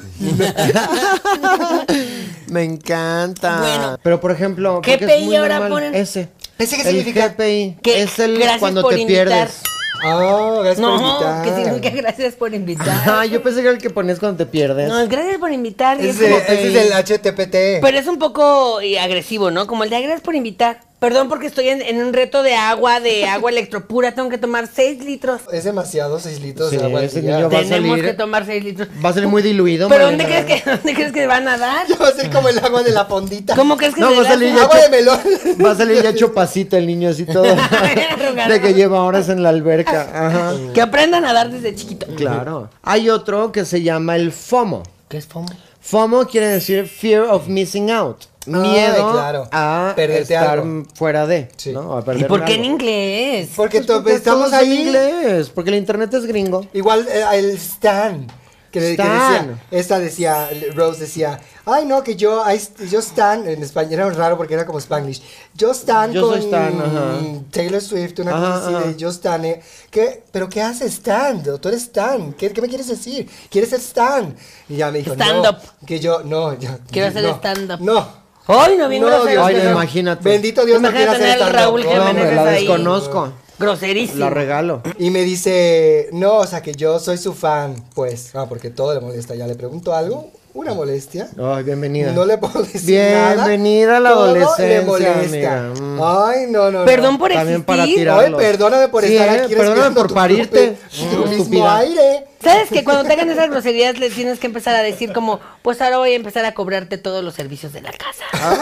Speaker 1: Me encanta.
Speaker 2: Bueno.
Speaker 1: pero por ejemplo,
Speaker 2: ¿Qué
Speaker 1: porque es
Speaker 2: PI
Speaker 1: muy
Speaker 2: ahora
Speaker 1: normal,
Speaker 2: ponen?
Speaker 1: Ese.
Speaker 4: ¿Ese qué
Speaker 1: El
Speaker 4: significa?
Speaker 1: GPI.
Speaker 2: Que-
Speaker 1: es el
Speaker 2: gracias
Speaker 1: cuando
Speaker 2: por
Speaker 1: te
Speaker 2: invitar.
Speaker 1: pierdes.
Speaker 4: Ah, gracias por
Speaker 2: No,
Speaker 4: invitar.
Speaker 2: que significa gracias por invitar.
Speaker 1: Ajá, yo pensé que era el que ponías cuando te pierdes.
Speaker 2: No, gracias por invitar. y es
Speaker 4: Ese,
Speaker 2: como-
Speaker 4: ese es el HTPT.
Speaker 2: Pero es un poco eh, agresivo, ¿no? Como el de gracias por invitar. Perdón porque estoy en, en un reto de agua, de agua electropura. Tengo que tomar 6 litros.
Speaker 4: Es demasiado 6 litros
Speaker 1: Sí,
Speaker 4: de agua al
Speaker 1: ese
Speaker 4: día.
Speaker 1: niño va- a
Speaker 2: Tenemos
Speaker 1: salir-
Speaker 2: que tomar 6 litros.
Speaker 1: Va a ser muy diluido.
Speaker 2: ¿Pero
Speaker 1: Mariana.
Speaker 2: dónde crees, que, dónde crees que van a dar?
Speaker 4: Ya va a ser como el agua de la fondita.
Speaker 2: ¿Cómo crees que
Speaker 1: No,
Speaker 2: se
Speaker 4: pues,
Speaker 1: va a
Speaker 2: le hace?
Speaker 1: salir
Speaker 4: Agua
Speaker 1: hecho-
Speaker 4: de melón.
Speaker 1: Va a salir ya hecho pasito el niño así todo. de que lleva horas en la alberca. Ajá.
Speaker 2: Que aprendan a dar desde chiquito.
Speaker 1: Claro. Hay otro que se llama el FOMO.
Speaker 2: ¿Qué es FOMO?
Speaker 1: FOMO quiere decir Fear of Missing Out. Miedo
Speaker 4: claro.
Speaker 1: a
Speaker 4: Perderte
Speaker 1: estar
Speaker 4: algo.
Speaker 1: fuera de.
Speaker 4: Sí.
Speaker 1: ¿no? A
Speaker 2: ¿Y
Speaker 1: perderme
Speaker 2: por qué en
Speaker 1: algo.
Speaker 2: inglés?
Speaker 4: Porque to-
Speaker 1: Porque
Speaker 4: Pues estamos
Speaker 1: todos en
Speaker 4: ahí.
Speaker 1: inglés, porque el internet es gringo.
Speaker 4: Igual eh, el Stan. Que, que
Speaker 1: Stan.
Speaker 4: decía, esta decía, Rose decía, ay no, que yo, I- yo Stan, en español era raro porque era como Spanglish, yo Stan
Speaker 1: Yo
Speaker 4: con
Speaker 1: soy Stan, ajá.
Speaker 4: Taylor Swift, una
Speaker 1: Ajá,
Speaker 4: cosa así de
Speaker 1: ajá.
Speaker 4: yo Stan, eh, ¿qué? pero ¿qué hace Stan? Tú eres Stan, ¿qué, qué me quieres decir? ¿Quieres ser Stan? Y ya me dijo,
Speaker 2: Stand
Speaker 4: no,
Speaker 2: up.
Speaker 4: que yo, no, yo,
Speaker 2: Quiero ser
Speaker 4: no,
Speaker 2: stand up.
Speaker 4: No.
Speaker 2: Ay, no, bien
Speaker 4: No,
Speaker 2: grosero.
Speaker 4: Dios
Speaker 1: Ay, no,
Speaker 4: mío.
Speaker 1: imagínate.
Speaker 4: Bendito Dios, no
Speaker 2: Imagínate
Speaker 4: quiera ser
Speaker 2: tener al
Speaker 4: stand-up.
Speaker 2: Raúl
Speaker 4: No,
Speaker 1: No,
Speaker 2: Jiménez
Speaker 1: hombre, la
Speaker 2: ahí.
Speaker 1: desconozco.
Speaker 2: Groserísimo.
Speaker 1: La regalo.
Speaker 4: Y me dice, no, o sea, que yo soy su fan, pues. Ah, porque todo le molesta. Ya le pregunto algo, una molestia.
Speaker 1: Ay, bienvenida.
Speaker 4: No le puedo decir nada.
Speaker 1: Bienvenida a la
Speaker 4: Todo
Speaker 1: adolescencia,
Speaker 4: le molesta.
Speaker 1: amiga. Mm.
Speaker 4: Ay, no, no, no.
Speaker 2: Perdón por
Speaker 1: También
Speaker 2: existir.
Speaker 1: para tirar.
Speaker 4: Ay,
Speaker 1: tirarlos.
Speaker 4: perdóname por
Speaker 1: Sí,
Speaker 4: estar
Speaker 1: ¿eh?
Speaker 4: aquí
Speaker 1: Perdóname por
Speaker 4: respirando tu
Speaker 1: parirte. Mm,
Speaker 4: propio- Tu mismo
Speaker 1: Estúpida.
Speaker 4: aire.
Speaker 2: ¿Sabes que cuando te hagan esas groserías le tienes que empezar a decir como, pues ahora voy a empezar a cobrarte todos los servicios de la casa?
Speaker 4: Ah.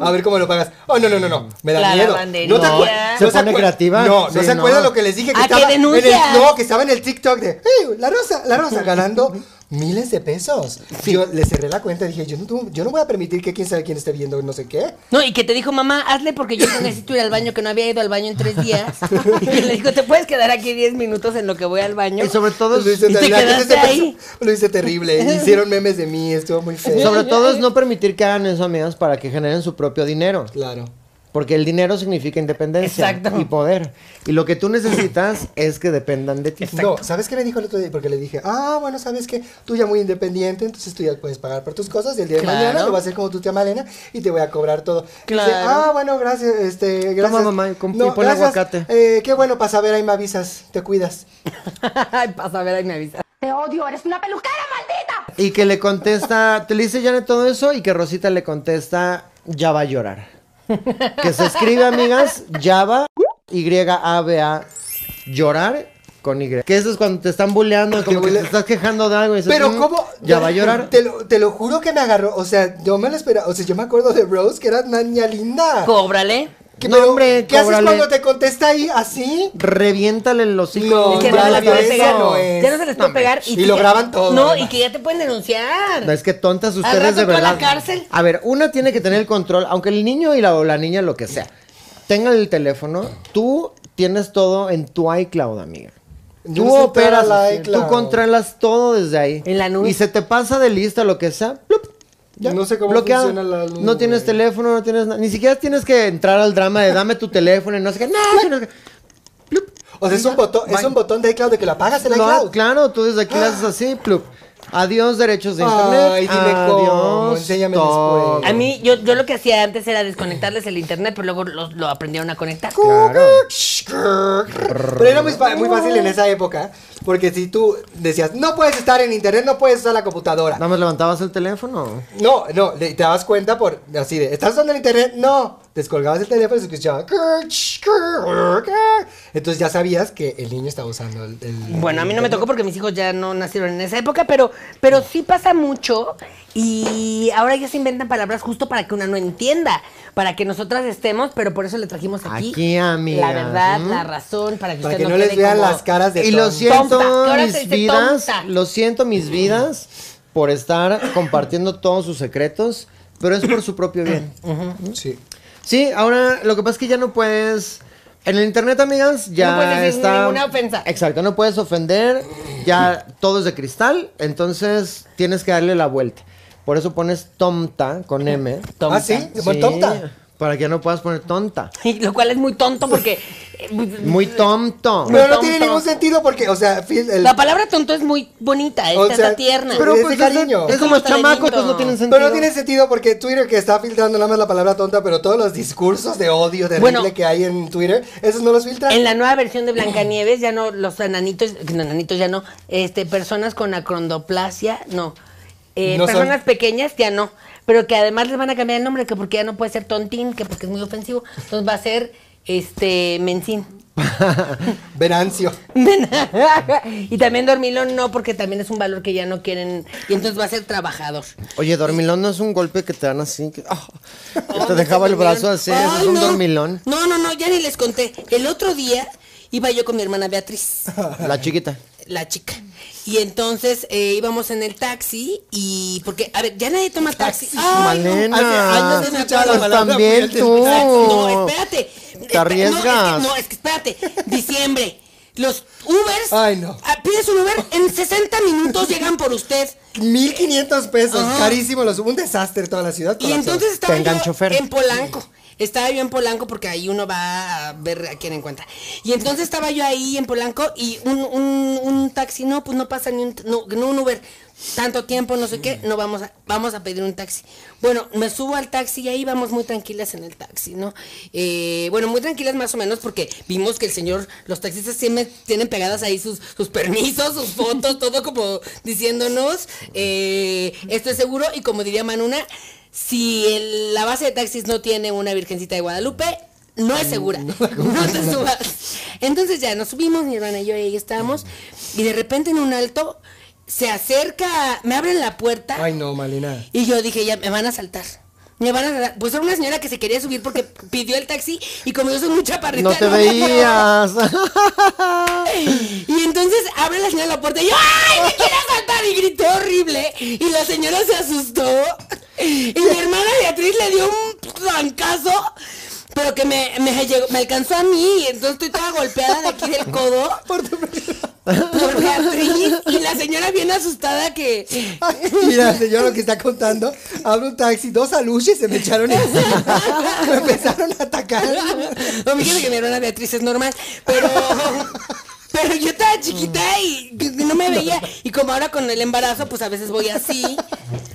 Speaker 4: A ver cómo lo pagas. Oh, no, no, no, no. Me da
Speaker 2: La
Speaker 4: miedo.
Speaker 2: lavandería. Ah,
Speaker 4: No te acuer-
Speaker 1: Se
Speaker 4: no se
Speaker 1: pone
Speaker 4: acuer-
Speaker 1: creativa.
Speaker 4: No, no
Speaker 1: Sí,
Speaker 4: se
Speaker 1: no.
Speaker 4: acuerda lo que les dije que
Speaker 2: ¿A qué
Speaker 4: estaba. en el,
Speaker 2: denuncias?
Speaker 4: no, que estaba en el TikTok de "Ey, la rosa, la rosa, ganando miles de pesos. Yo le cerré la cuenta y dije, yo no, tu- yo no voy a permitir que quién sabe quién esté viendo no sé qué.
Speaker 2: No, y que te dijo, mamá, hazle porque yo necesito ir al baño, que no había ido al baño en tres días. Y que le dijo, ¿te puedes quedar aquí 10 minutos en lo que voy al baño?
Speaker 1: Y sobre todo,
Speaker 4: Lo hice,
Speaker 2: ¿Y te
Speaker 4: terrible.
Speaker 2: quedaste ahí?
Speaker 4: Lo hice terrible. Hicieron memes de mí, estuvo muy feo.
Speaker 1: sobre todo es no permitir que hagan eso, amigas, para que generen su propio dinero.
Speaker 4: Claro.
Speaker 1: Porque el dinero significa independencia
Speaker 2: Exacto.
Speaker 1: y poder. Y lo que tú necesitas es que dependan de ti.
Speaker 4: No, ¿sabes qué me dijo el otro día? Porque le dije, ah, bueno, ¿sabes qué? Tú ya muy independiente, entonces tú ya puedes pagar por tus cosas y el día
Speaker 2: Claro.
Speaker 4: de mañana lo vas a hacer como tu tía Malena y te voy a cobrar todo. Y
Speaker 2: Claro.
Speaker 4: Dice, ah, bueno, gracias, este, gracias.
Speaker 1: mamá, y com- y ponle aguacate.
Speaker 4: Eh, qué bueno para saber, ahí me avisas, te cuidas.
Speaker 2: Ay, pasa, a ver, ahí me avisa.
Speaker 3: Te odio, eres una peluquera maldita.
Speaker 1: Y que le contesta, te le dice Janet todo eso y que Rosita le contesta, ya va a llorar. Que se escribe, amigas, Java, Y-A-B-A, llorar con Y. Que eso es cuando te están buleando, como
Speaker 4: Te
Speaker 1: que te
Speaker 4: bulea-
Speaker 1: estás quejando de algo. Y dices,
Speaker 4: Pero
Speaker 1: "Mm,
Speaker 4: cómo...
Speaker 1: Ya va a llorar.
Speaker 4: Te lo, te lo juro que me agarró, o sea, yo me lo esperaba, o sea, yo me acuerdo de Rose, que era una niña linda.
Speaker 2: Cóbrale.
Speaker 4: Que-
Speaker 1: No, hombre,
Speaker 4: ¿Qué haces
Speaker 1: cóbrale.
Speaker 4: cuando te contesta ahí así?
Speaker 1: Reviéntale el hocico.
Speaker 4: No,
Speaker 2: Que
Speaker 4: ya
Speaker 2: no se
Speaker 4: la
Speaker 2: les puede
Speaker 4: cabeza
Speaker 2: pegar.
Speaker 4: no es.
Speaker 2: Ya no se les puede pegar.
Speaker 4: Y
Speaker 2: que
Speaker 4: lo
Speaker 2: ya-
Speaker 4: graban todo,
Speaker 2: No,
Speaker 4: además.
Speaker 2: y que ya te pueden denunciar.
Speaker 4: eh.
Speaker 1: No, es que tontas
Speaker 2: Al rato
Speaker 1: ustedes de
Speaker 2: tú a la
Speaker 1: verdad.
Speaker 2: cárcel.
Speaker 1: A ver, una tiene que tener el control, aunque el niño y la, o la niña, lo que sea, tengan el teléfono, tú tienes todo en tu iCloud, amiga. Tú
Speaker 4: Yo no sé eh,
Speaker 1: operas,
Speaker 4: entrar al
Speaker 1: así, tú
Speaker 4: iCloud.
Speaker 1: controlas todo desde ahí.
Speaker 2: En la nube.
Speaker 1: Y se te pasa de lista lo que sea, plup, Ya,
Speaker 4: No sé cómo
Speaker 1: bloqueado.
Speaker 4: funciona la luz,
Speaker 1: No tienes
Speaker 4: güey.
Speaker 1: teléfono, no tienes nada. Ni siquiera tienes que entrar al drama de dame tu teléfono y no sé qué. No, que no sé qué.
Speaker 4: O sea, es un botón, es un botón de iCloud de que lo apagas el
Speaker 1: No,
Speaker 4: iCloud.
Speaker 1: claro, tú desde aquí le haces así, plup. Adiós, derechos de internet.
Speaker 4: Ay, dime
Speaker 1: Adiós,
Speaker 4: cómo, enséñame
Speaker 1: todo.
Speaker 4: después.
Speaker 2: A mí, yo, yo lo que hacía antes era desconectarles el internet, pero luego lo, lo aprendieron a conectar.
Speaker 1: Claro.
Speaker 4: Pero era muy, fa- muy fácil en esa época, porque si tú decías, no puedes estar en internet, no puedes usar la computadora.
Speaker 1: Nada más levantabas el teléfono.
Speaker 4: No, no, le- te dabas cuenta por así de, ¿estás usando el internet? No. Descolgabas el teléfono y se escuchaba. Entonces ya sabías que el niño estaba usando el. el-
Speaker 2: Bueno, a mí no me tocó porque mis hijos ya no nacieron en esa época, pero, pero sí pasa mucho y ahora ya se inventan palabras justo para que una no entienda, para que nosotras estemos, pero por eso le trajimos aquí,
Speaker 1: Aquí, amigas,
Speaker 2: la verdad,
Speaker 1: ¿m?
Speaker 2: la razón, para que,
Speaker 4: Para
Speaker 2: usted
Speaker 4: que no
Speaker 2: quede
Speaker 4: les vean
Speaker 2: como-
Speaker 4: las caras de.
Speaker 1: Y lo
Speaker 4: tonto.
Speaker 1: siento,
Speaker 2: Tonta, que ahora se
Speaker 1: mis
Speaker 2: dice
Speaker 1: vidas.
Speaker 2: tonta.
Speaker 1: Lo siento, mis vidas, por estar compartiendo todos sus secretos, pero es por su propio bien.
Speaker 4: Sí.
Speaker 1: Sí, ahora lo que pasa es que ya no puedes. En el internet, amigas, ya
Speaker 2: No puedes decir
Speaker 1: está.
Speaker 2: ninguna ofensa.
Speaker 1: Exacto, no puedes ofender. Ya todo es de cristal. Entonces tienes que darle la vuelta. Por eso pones tomta con M.
Speaker 4: Ah, sí, se pone tonta.
Speaker 1: Para que ya no puedas poner tonta.
Speaker 2: Y lo cual es muy tonto porque eh,
Speaker 1: Muy tonto.
Speaker 4: Pero no
Speaker 2: tonto.
Speaker 4: tiene ningún sentido porque, o sea, Phil, el-
Speaker 2: la palabra tonto es muy bonita, es
Speaker 4: O
Speaker 2: está
Speaker 4: sea,
Speaker 2: tierna.
Speaker 1: Pero
Speaker 4: pero- ese
Speaker 1: pues
Speaker 4: cariño.
Speaker 1: es, es como
Speaker 2: Está
Speaker 1: chamacos,
Speaker 2: lindo.
Speaker 1: pues no tienen sentido.
Speaker 4: Pero no tiene sentido porque Twitter que está filtrando nada más la palabra tonta, pero todos los discursos de odio terrible
Speaker 2: Bueno.
Speaker 4: que hay en Twitter, esos no los filtran.
Speaker 2: En la nueva versión de Blancanieves ya no los enanitos, no enanitos ya no, este personas con acrondoplasia, no. Eh,
Speaker 4: No son-
Speaker 2: personas pequeñas ya no, pero que además les van a cambiar el nombre que porque ya no puede ser Tontín, que porque es muy ofensivo, entonces va a ser este Mencín.
Speaker 4: Venancio.
Speaker 2: y también dormilón no, porque también es un valor que ya no quieren y entonces va a ser trabajador.
Speaker 1: Oye, dormilón no es un golpe que te dan así. Que, ah, que
Speaker 2: Oh,
Speaker 1: te dejaba el
Speaker 2: dormilón.
Speaker 1: brazo así. eso es
Speaker 2: Ay,
Speaker 1: un
Speaker 2: no.
Speaker 1: dormilón.
Speaker 2: No, no, no, ya ni les conté. El otro día iba yo con mi hermana Beatriz.
Speaker 1: La chiquita.
Speaker 2: la chica. Y entonces eh, íbamos en el taxi y porque a ver, ya nadie toma taxi. Ay, no.
Speaker 1: Malena.
Speaker 4: hace años no
Speaker 1: pues
Speaker 4: escuchaba la palabra
Speaker 1: también
Speaker 4: fíjate,
Speaker 1: tú.
Speaker 2: No, espérate. Espe-
Speaker 1: arriesgas.
Speaker 2: No, es que, no, es que espérate. Diciembre. Los Ubers.
Speaker 4: Ay, no.
Speaker 2: ah, Pides un Uber, en 60 minutos llegan por usted.
Speaker 4: 1500 pesos,
Speaker 2: Ajá.
Speaker 4: carísimo, los, un desastre toda la ciudad.
Speaker 2: Ah. Y
Speaker 4: colapsó.
Speaker 2: entonces estaba
Speaker 1: Tengan
Speaker 2: yo
Speaker 1: chofer.
Speaker 2: en Polanco. Estaba yo en Polanco porque ahí uno va a ver a quién encuentra. Y entonces estaba yo ahí en Polanco y un, un- un taxi, no, pues no pasa ni un, no, no un Uber. Tanto tiempo, no sé qué, no vamos a, vamos a pedir un taxi. Bueno, me subo al taxi y ahí vamos muy tranquilas en el taxi, ¿no? Eh, bueno, muy tranquilas más o menos porque vimos que el señor, los taxistas siempre tienen pegadas ahí sus, sus permisos, sus fotos, todo como diciéndonos, eh, esto es seguro y como diría Manuna, si el- la base de taxis no tiene una virgencita de Guadalupe, no es segura. No te subas. Entonces ya nos subimos, mi hermana y yo ahí estábamos. Y de repente en un alto se acerca, me abren la puerta.
Speaker 4: Ay, no, Malena.
Speaker 2: Y yo dije, ya me van a saltar. Me van a saltar. Pues era una señora que se quería subir porque pidió el taxi y como yo soy muy chaparrita.
Speaker 1: No te
Speaker 2: me vio.
Speaker 1: veías.
Speaker 2: Y entonces abre la señora la puerta y yo, ¡ay! ¡Me quiere saltar! Y gritó horrible. Y la señora se asustó. Y mi hermana Beatriz le dio un trancazo. Pero que me, me, llegó- me alcanzó a mí. Y entonces estoy toda golpeada de aquí del codo. Por Beatriz. Y la señora bien asustada que.
Speaker 4: Ay, Mira, señor, lo que está contando. Abro un taxi, dos aluches se me echaron encima. Me empezaron a atacar.
Speaker 2: No, fíjate que mi hermana Beatriz es normal, pero... Pero yo estaba chiquita y no me veía. Y como ahora con el embarazo, pues a veces voy así.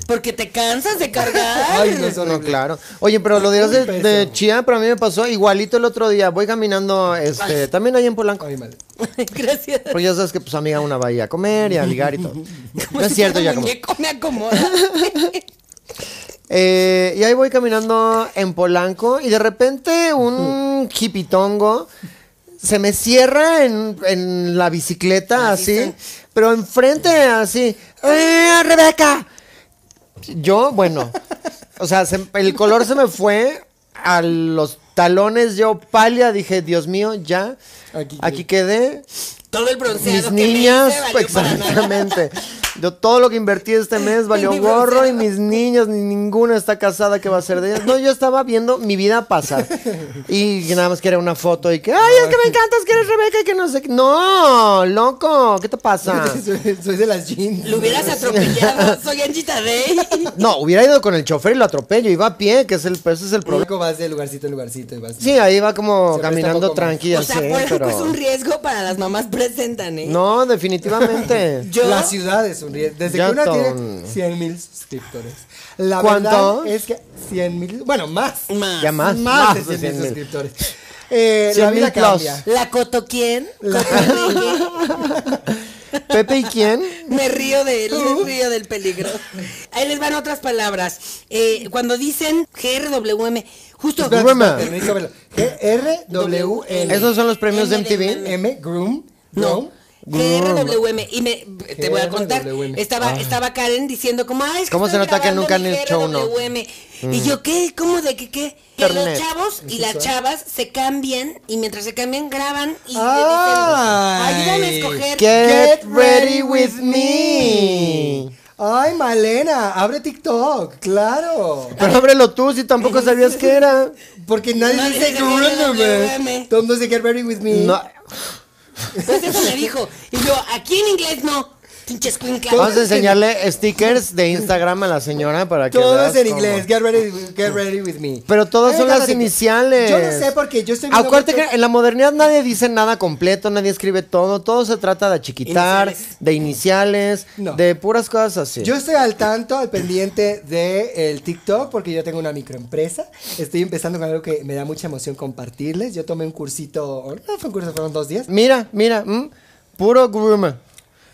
Speaker 2: Porque te cansas de cargar.
Speaker 4: Ay, no es
Speaker 1: No,
Speaker 4: horrible.
Speaker 1: claro. Oye, pero lo dirás de, de chía, pero a mí me pasó igualito el otro día. Voy caminando, este, también ahí en Polanco.
Speaker 4: Ay, Malena.
Speaker 2: Gracias.
Speaker 1: Porque ya sabes que, pues, amiga, una va ahí a comer y a ligar y todo. No es cierto, ya como.
Speaker 2: Pues, muñeco me acomoda.
Speaker 1: Eh, y ahí voy caminando en Polanco y de repente un jipitongo se me cierra en, en la bicicleta así, pero enfrente así. ¡Eh, Rebeca! Yo, bueno, o sea, se- el color se me fue a los talones, yo pálida, dije, Dios mío, ya,
Speaker 4: Aquí
Speaker 1: aquí quedé
Speaker 2: Todo el bronceado
Speaker 1: mis
Speaker 2: que me
Speaker 1: niñas,
Speaker 2: hice valió
Speaker 1: pues,
Speaker 2: para nada.
Speaker 1: exactamente. Yo todo lo que invertí este mes valió gorro y mis niñas, ni ninguna está casada que va a ser de ellas. No, yo estaba viendo mi vida pasar. Y nada más que era una foto y que, ay, es que me encantas, que eres Rebeca y que no sé qué. No, loco, ¿qué te pasa?
Speaker 4: soy, soy de las jeans.
Speaker 2: Lo hubieras atropellado. Soy Anchita Day.
Speaker 1: No, hubiera ido con el chofer y lo atropello, iba a pie, que es el, pues, ese es el problema.
Speaker 4: Luego vas de lugarcito en lugarcito y vas.
Speaker 1: Sí, ahí va como
Speaker 4: Se presta
Speaker 1: caminando
Speaker 4: poco más.
Speaker 1: tranquila.
Speaker 2: o sea, por algo es un riesgo para las mamás presentan, ¿eh?
Speaker 1: No, definitivamente.
Speaker 2: Yo-
Speaker 4: La ciudad es un riesgo. Desde
Speaker 1: Ya
Speaker 4: que una
Speaker 1: ton-
Speaker 4: tiene 100 mil suscriptores. La
Speaker 1: ¿Cuánto?
Speaker 4: verdad es que 100 mil. Bueno, más.
Speaker 2: Más.
Speaker 1: Ya más.
Speaker 4: Más,
Speaker 1: Más
Speaker 4: de 100 mil
Speaker 1: 100,000.
Speaker 4: suscriptores. Eh,
Speaker 1: 100,000
Speaker 4: la vida
Speaker 1: plus.
Speaker 4: cambia.
Speaker 2: La coto quién?
Speaker 4: La-
Speaker 1: Pepe y quién?
Speaker 2: Me río de él, me río del peligro. Ahí les van otras palabras. Eh, cuando dicen GRWM, justo
Speaker 1: Espera, espera. Roma.
Speaker 4: Permiso, verlo. G-R-W-N.
Speaker 1: Esos son los premios de MTV.
Speaker 4: M, Groom.
Speaker 2: No.
Speaker 4: No.
Speaker 2: GRWM. Y me, te voy a contar.
Speaker 4: GRWM.
Speaker 2: Estaba, estaba Karen diciendo como, ay, es que
Speaker 1: Ah. ¿Cómo se
Speaker 2: estoy
Speaker 1: nota que
Speaker 2: grabando
Speaker 1: nunca han
Speaker 2: mi
Speaker 1: hecho uno? Mm.
Speaker 2: GRWM". Y yo, ¿qué? ¿Cómo de qué qué? Que los
Speaker 1: Internet.
Speaker 2: chavos y las chavas se cambian y mientras se cambian graban y le dicen,
Speaker 4: Ay.
Speaker 2: ayúdame a escoger.
Speaker 1: Get ready with me.
Speaker 4: Ay, Malena, abre TikTok, claro.
Speaker 1: Pero ábrelo tú si tampoco sabías qué era.
Speaker 4: Porque nadie
Speaker 2: No
Speaker 4: dice
Speaker 2: dice
Speaker 4: Groom.
Speaker 2: GRWM.
Speaker 4: Tom no dice Get Ready With Me.
Speaker 1: No,
Speaker 2: Pues eso me dijo. Y yo, aquí en inglés no. Pinches cuincas.
Speaker 1: vamos a enseñarle stickers de Instagram a la señora para que
Speaker 4: Todo
Speaker 1: veas
Speaker 4: es en
Speaker 1: cómo.
Speaker 4: inglés. Get ready, with- get ready with me.
Speaker 1: Pero todas
Speaker 4: Eh,
Speaker 1: son las
Speaker 4: cállate.
Speaker 1: iniciales.
Speaker 4: Yo no sé porque yo estoy viendo
Speaker 1: Acuérdate
Speaker 4: mucho-
Speaker 1: que en la modernidad nadie dice nada completo, nadie escribe todo, todo se trata de achiquitar,
Speaker 2: Iniciales.
Speaker 1: de iniciales,
Speaker 4: No.
Speaker 1: de puras cosas así.
Speaker 4: Yo estoy al tanto, al pendiente del TikTok, porque yo tengo una microempresa. Estoy empezando con algo que me da mucha emoción compartirles. Yo tomé un cursito, oh, no fue un curso, fueron dos días.
Speaker 1: Mira, mira, ¿m? puro groomer.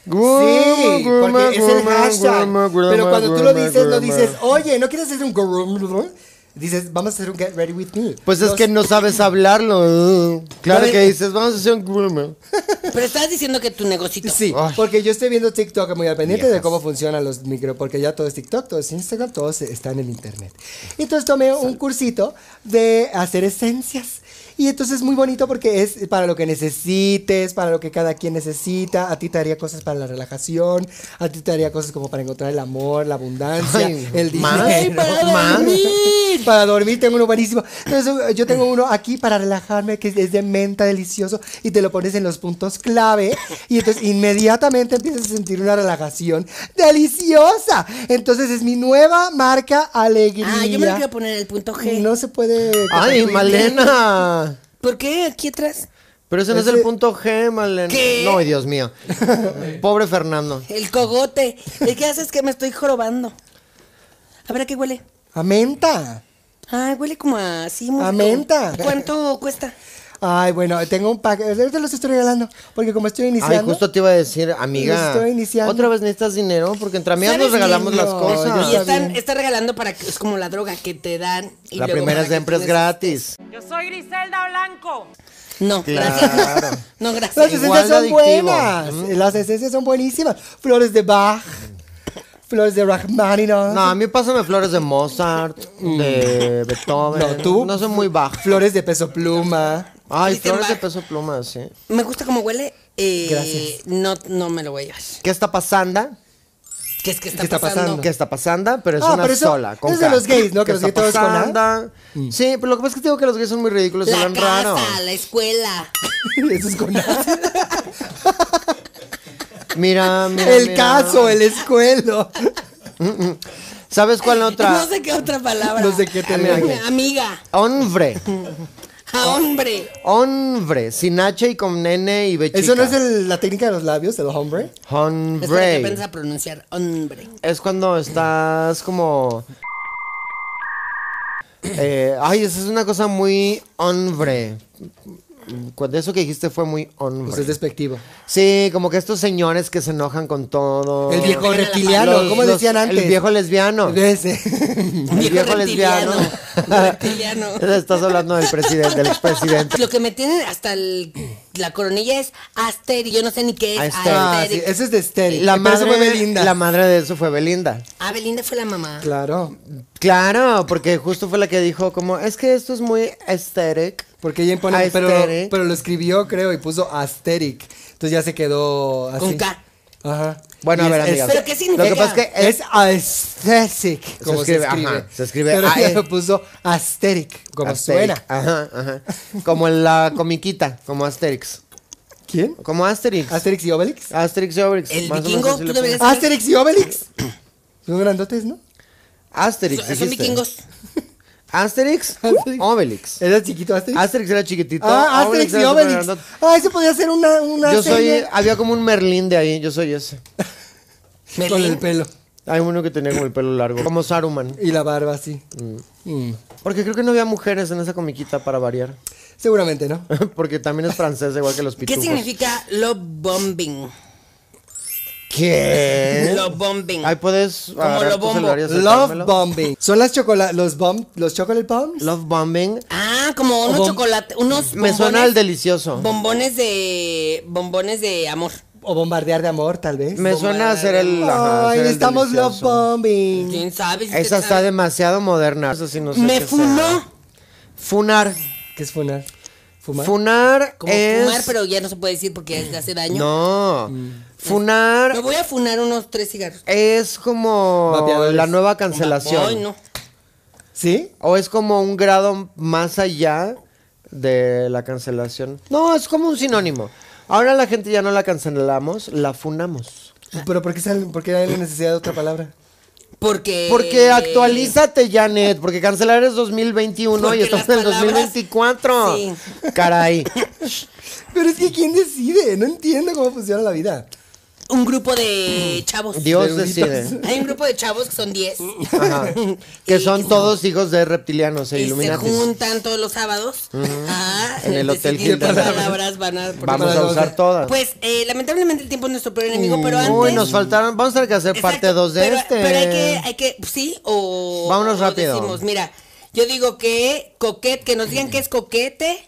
Speaker 1: Groomer,
Speaker 4: Sí, porque es el
Speaker 1: groomer,
Speaker 4: hashtag.
Speaker 1: groomer, groomer,
Speaker 4: Pero cuando tú lo
Speaker 1: groomer,
Speaker 4: dices, no
Speaker 1: groomer.
Speaker 4: dices, oye, ¿no quieres hacer un grum? Dices, vamos a hacer un get ready with me.
Speaker 1: Pues es
Speaker 4: Los-
Speaker 1: que no sabes hablarlo. Claro
Speaker 4: Pero-
Speaker 1: que dices, vamos a hacer un groomer.
Speaker 2: Pero estás diciendo que tu negocito.
Speaker 4: Sí,
Speaker 1: Ay.
Speaker 4: porque yo estoy viendo TikTok muy al pendiente de
Speaker 1: Viejas.
Speaker 4: cómo funcionan los micro, porque ya todo es TikTok, todo es Instagram, todos están en internet. Entonces tomé un cursito de hacer esencias. Y entonces es muy bonito porque es para lo que necesites, para lo que cada quien necesita. A ti te haría cosas para la relajación, a ti te haría cosas como para encontrar el amor, la abundancia,
Speaker 1: Ay,
Speaker 4: el
Speaker 1: ¿más?
Speaker 4: dinero.
Speaker 1: Ay, para ¿Más?
Speaker 4: Para dormir tengo uno buenísimo. Entonces, eh, yo tengo uno aquí para relajarme que es de menta delicioso y te lo pones en los puntos clave y entonces inmediatamente empiezas a sentir una relajación deliciosa. Entonces es mi nueva marca Alegría.
Speaker 2: Ah, yo me lo quiero poner en el punto G.
Speaker 4: No se puede.
Speaker 1: Ay,
Speaker 4: compartir.
Speaker 1: Malena.
Speaker 2: ¿Por qué? Aquí atrás.
Speaker 1: Pero ese no es el
Speaker 4: Ese-
Speaker 1: punto G, Malena.
Speaker 2: ¿Qué?
Speaker 1: No, ay, Dios mío. Pobre Fernando.
Speaker 2: El cogote. ¿El que haces que me estoy jorobando? A ver a qué huele.
Speaker 4: A menta.
Speaker 2: Ah, huele como a... Sí, muy
Speaker 4: A
Speaker 2: rico.
Speaker 4: menta.
Speaker 2: ¿Cuánto cuesta?
Speaker 4: Ay, bueno, tengo un pack. Ahorita los estoy regalando porque como estoy iniciando.
Speaker 1: Ay, justo te iba a decir, amiga.
Speaker 4: Estoy iniciando.
Speaker 1: Otra vez necesitas dinero porque entre amigas nos
Speaker 2: ¿Sabes?
Speaker 1: regalamos
Speaker 4: No,
Speaker 1: las cosas.
Speaker 4: ya
Speaker 2: Y
Speaker 4: está
Speaker 2: están,
Speaker 4: bien.
Speaker 2: está regalando para que... Es como la droga que te dan. y
Speaker 1: La
Speaker 2: luego para
Speaker 1: primera
Speaker 2: que
Speaker 1: siempre
Speaker 2: tú
Speaker 1: es
Speaker 2: des-
Speaker 1: gratis.
Speaker 6: Yo soy Griselda Blanco.
Speaker 2: No,
Speaker 1: Claro.
Speaker 2: gracias. No,
Speaker 4: Las
Speaker 1: Igual
Speaker 2: gracias.
Speaker 4: esencias
Speaker 1: de
Speaker 4: son
Speaker 1: adictivo. Mm.
Speaker 4: buenas. Las esencias son buenísimas. Flores de Bach. Flores de Rachmaninoff.
Speaker 1: No, a mí pásame flores de Mozart, de Beethoven.
Speaker 4: Mm. No, tú.
Speaker 1: No soy muy bajo.
Speaker 4: Flores de peso pluma.
Speaker 1: Ay,
Speaker 2: Christian
Speaker 1: flores de
Speaker 2: Bach.
Speaker 1: peso pluma, sí.
Speaker 2: Me gusta cómo huele. Eh,
Speaker 4: Gracias.
Speaker 2: No, no me lo voy a llevar.
Speaker 1: ¿Qué está pasando?
Speaker 2: ¿Qué es que está,
Speaker 4: ¿Qué está
Speaker 2: pasando?
Speaker 4: pasando?
Speaker 1: ¿Qué está pasando? Pero es
Speaker 4: Ah,
Speaker 1: una
Speaker 4: pero eso-
Speaker 1: sola. Con
Speaker 4: eso es de
Speaker 1: K.
Speaker 4: los gays, ¿no?
Speaker 1: ¿Qué
Speaker 4: Que los gays
Speaker 1: está
Speaker 4: todos con A. Mm.
Speaker 1: pasando? Sí, pero lo que pasa es que te digo que los gays son muy ridículos, se
Speaker 2: La
Speaker 1: ven
Speaker 2: casa,
Speaker 1: Pues raro.
Speaker 2: la escuela.
Speaker 4: Eso es con A.
Speaker 1: Mira, mira.
Speaker 4: El
Speaker 1: mira.
Speaker 4: caso, el escuelo.
Speaker 1: ¿Sabes cuál otra?
Speaker 2: No sé qué otra palabra.
Speaker 4: No sé qué te
Speaker 2: Amiga.
Speaker 1: digo.
Speaker 2: Amiga,
Speaker 1: Hombre.
Speaker 2: a hombre.
Speaker 1: Hombre. Sin H y con N y B chica.
Speaker 4: ¿Eso no es el- la técnica de los labios, el hombre?
Speaker 2: Es lo que
Speaker 1: Hombre.
Speaker 2: aprendes a pronunciar. Hombre.
Speaker 1: Es cuando estás como. Eh, ay, esa es una cosa muy hombre. Cuando eso que dijiste fue muy hombre.
Speaker 4: Pues es despectivo.
Speaker 1: Sí, como que estos señores que se enojan con todo.
Speaker 4: El viejo
Speaker 2: Los-
Speaker 4: reptiliano, ¿cómo
Speaker 1: Oh. los-
Speaker 4: decían antes?
Speaker 1: El viejo lesbiano.
Speaker 4: Ese.
Speaker 1: El viejo, lesbiano.
Speaker 2: Reptiliano.
Speaker 1: Estás hablando del presidente, del expresidente.
Speaker 2: Lo que me tiene hasta el- la coronilla es Aster y yo no sé ni qué es
Speaker 1: Aster.
Speaker 2: Aster.
Speaker 4: Ah, sí, eso es de estéril.
Speaker 1: La
Speaker 4: Pero eso
Speaker 1: madre,
Speaker 4: fue Belinda.
Speaker 1: la madre de eso fue Belinda.
Speaker 2: Ah, Belinda fue la mamá.
Speaker 4: Claro,
Speaker 1: Claro, porque justo fue la que dijo como, es que esto es muy aesthetic.
Speaker 4: porque ella
Speaker 1: Ah,
Speaker 4: impone, pero,
Speaker 1: Aesthetic.
Speaker 4: pero lo escribió, creo, y puso asteric. Entonces ya se quedó así.
Speaker 2: Con K.
Speaker 4: Ajá.
Speaker 1: Bueno,
Speaker 4: Y
Speaker 1: a ver,
Speaker 4: es
Speaker 1: amigos.
Speaker 4: aesthetic.
Speaker 2: ¿Pero qué significa?
Speaker 1: Lo que pasa es que
Speaker 4: Es aesthetic, como se
Speaker 1: escribe,
Speaker 4: escribe.
Speaker 1: ajá, se escribe Ah,
Speaker 4: Pero
Speaker 1: a-
Speaker 4: ella lo puso aesthetic, como
Speaker 1: Asterix,
Speaker 4: suena.
Speaker 1: Ajá, ajá. Como en la comiquita, como Asterix.
Speaker 4: ¿Quién?
Speaker 1: Como Asterix.
Speaker 4: ¿Asterix y Obelix?
Speaker 1: Asterix y Obelix.
Speaker 2: El
Speaker 1: más o
Speaker 2: vikingo,
Speaker 1: menos así
Speaker 2: tú
Speaker 1: le
Speaker 2: deberías-
Speaker 1: ponen.
Speaker 4: ¿Asterix y Obelix? Son grandotes, ¿no?
Speaker 1: Asterix.
Speaker 2: Son, son
Speaker 1: dijiste.
Speaker 2: vikingos.
Speaker 1: Asterix,
Speaker 4: Asterix.
Speaker 1: Obelix.
Speaker 4: ¿Era chiquito Asterix?
Speaker 1: Asterix era chiquitito.
Speaker 4: ah, Asterix y
Speaker 1: era
Speaker 4: Obelix.
Speaker 1: supergrandote.
Speaker 4: Ah, ese podía ser una, una
Speaker 1: Yo soy,
Speaker 4: serie.
Speaker 1: había como un Merlín de ahí, yo soy ese.
Speaker 4: Con
Speaker 2: Merlín.
Speaker 4: el pelo
Speaker 1: Hay uno que tenía como el pelo largo, como Saruman.
Speaker 4: y la barba así. Mm.
Speaker 1: Porque creo que no había mujeres en esa comiquita para variar.
Speaker 4: Seguramente, ¿no?
Speaker 1: Porque también es francés, igual que los
Speaker 2: ¿Qué
Speaker 1: pitufos.
Speaker 2: significa love bombing?
Speaker 1: ¿Qué?
Speaker 2: Love bombing.
Speaker 1: Ahí puedes
Speaker 2: Como
Speaker 1: agarrar
Speaker 2: lo
Speaker 1: tu
Speaker 2: bombo.
Speaker 1: celular y acercármelo.
Speaker 4: Love bombing. ¿Son las chocolate, los bomb, los chocolate bombs?
Speaker 1: Love bombing.
Speaker 2: Ah, como unos
Speaker 4: Bom-
Speaker 2: chocolates, unos
Speaker 1: Me
Speaker 2: bombones-
Speaker 1: suena al delicioso.
Speaker 2: Bombones de bombones de amor.
Speaker 4: O bombardear de amor, tal vez.
Speaker 1: Me suena a ser el. ajá,
Speaker 4: Ay,
Speaker 1: ser el
Speaker 4: necesitamos love
Speaker 1: delicioso.
Speaker 4: bombing.
Speaker 2: ¿Quién sabe? Si
Speaker 1: Esa
Speaker 2: usted
Speaker 1: está
Speaker 2: sabe.
Speaker 1: demasiado moderna. Eso sí no sé
Speaker 2: Me
Speaker 1: qué sea.
Speaker 2: funó.
Speaker 1: Funar.
Speaker 4: ¿Qué es funar? ¿Fumar?
Speaker 1: Funar
Speaker 2: Como
Speaker 1: es.
Speaker 2: fumar, pero ya no se puede decir porque es de hace daño.
Speaker 1: No.
Speaker 4: Mm.
Speaker 1: Funar
Speaker 2: Me voy a funar unos tres cigarros.
Speaker 1: es como
Speaker 4: Vapeadores.
Speaker 1: la nueva
Speaker 2: Ay,
Speaker 1: cancelación.
Speaker 2: no.
Speaker 4: ¿Sí?
Speaker 1: O es como un grado más allá de la cancelación. No, es como un sinónimo. Ahora la gente ya no la cancelamos, la funamos.
Speaker 2: Ah.
Speaker 4: ¿Pero por qué, salen- por qué hay la necesidad de otra palabra?
Speaker 2: Porque.
Speaker 1: Porque actualízate, Janet, porque cancelar es 2021 y
Speaker 2: Porque
Speaker 1: estamos en
Speaker 2: las
Speaker 1: el
Speaker 2: palabras-
Speaker 1: 2024.
Speaker 2: Sí.
Speaker 1: Caray.
Speaker 4: Pero es que ¿quién decide? No entiendo cómo funciona la vida.
Speaker 2: Un grupo de chavos.
Speaker 1: Dios
Speaker 4: Eruditos.
Speaker 1: decide.
Speaker 2: Hay un grupo de chavos que son 10.
Speaker 1: Ajá. Que son todos hijos de reptilianos e
Speaker 2: Y se
Speaker 1: Illuminati.
Speaker 2: juntan todos los sábados. a
Speaker 1: En el Hotel
Speaker 2: decidir qué
Speaker 1: Hilton.
Speaker 2: palabras van a poner.
Speaker 1: Vamos a
Speaker 4: Para-
Speaker 1: usar todas.
Speaker 2: Pues, eh, lamentablemente el tiempo es nuestro peor enemigo, pero antes.
Speaker 1: Uy, nos faltaron. Vamos a tener que hacer
Speaker 2: Exacto,
Speaker 1: parte 2 de
Speaker 2: pero,
Speaker 1: este.
Speaker 2: Pero hay que, hay que, sí, o.
Speaker 1: Vámonos
Speaker 2: o
Speaker 1: rápido.
Speaker 2: decimos, mira, yo digo que coquete, que nos digan que es coquete,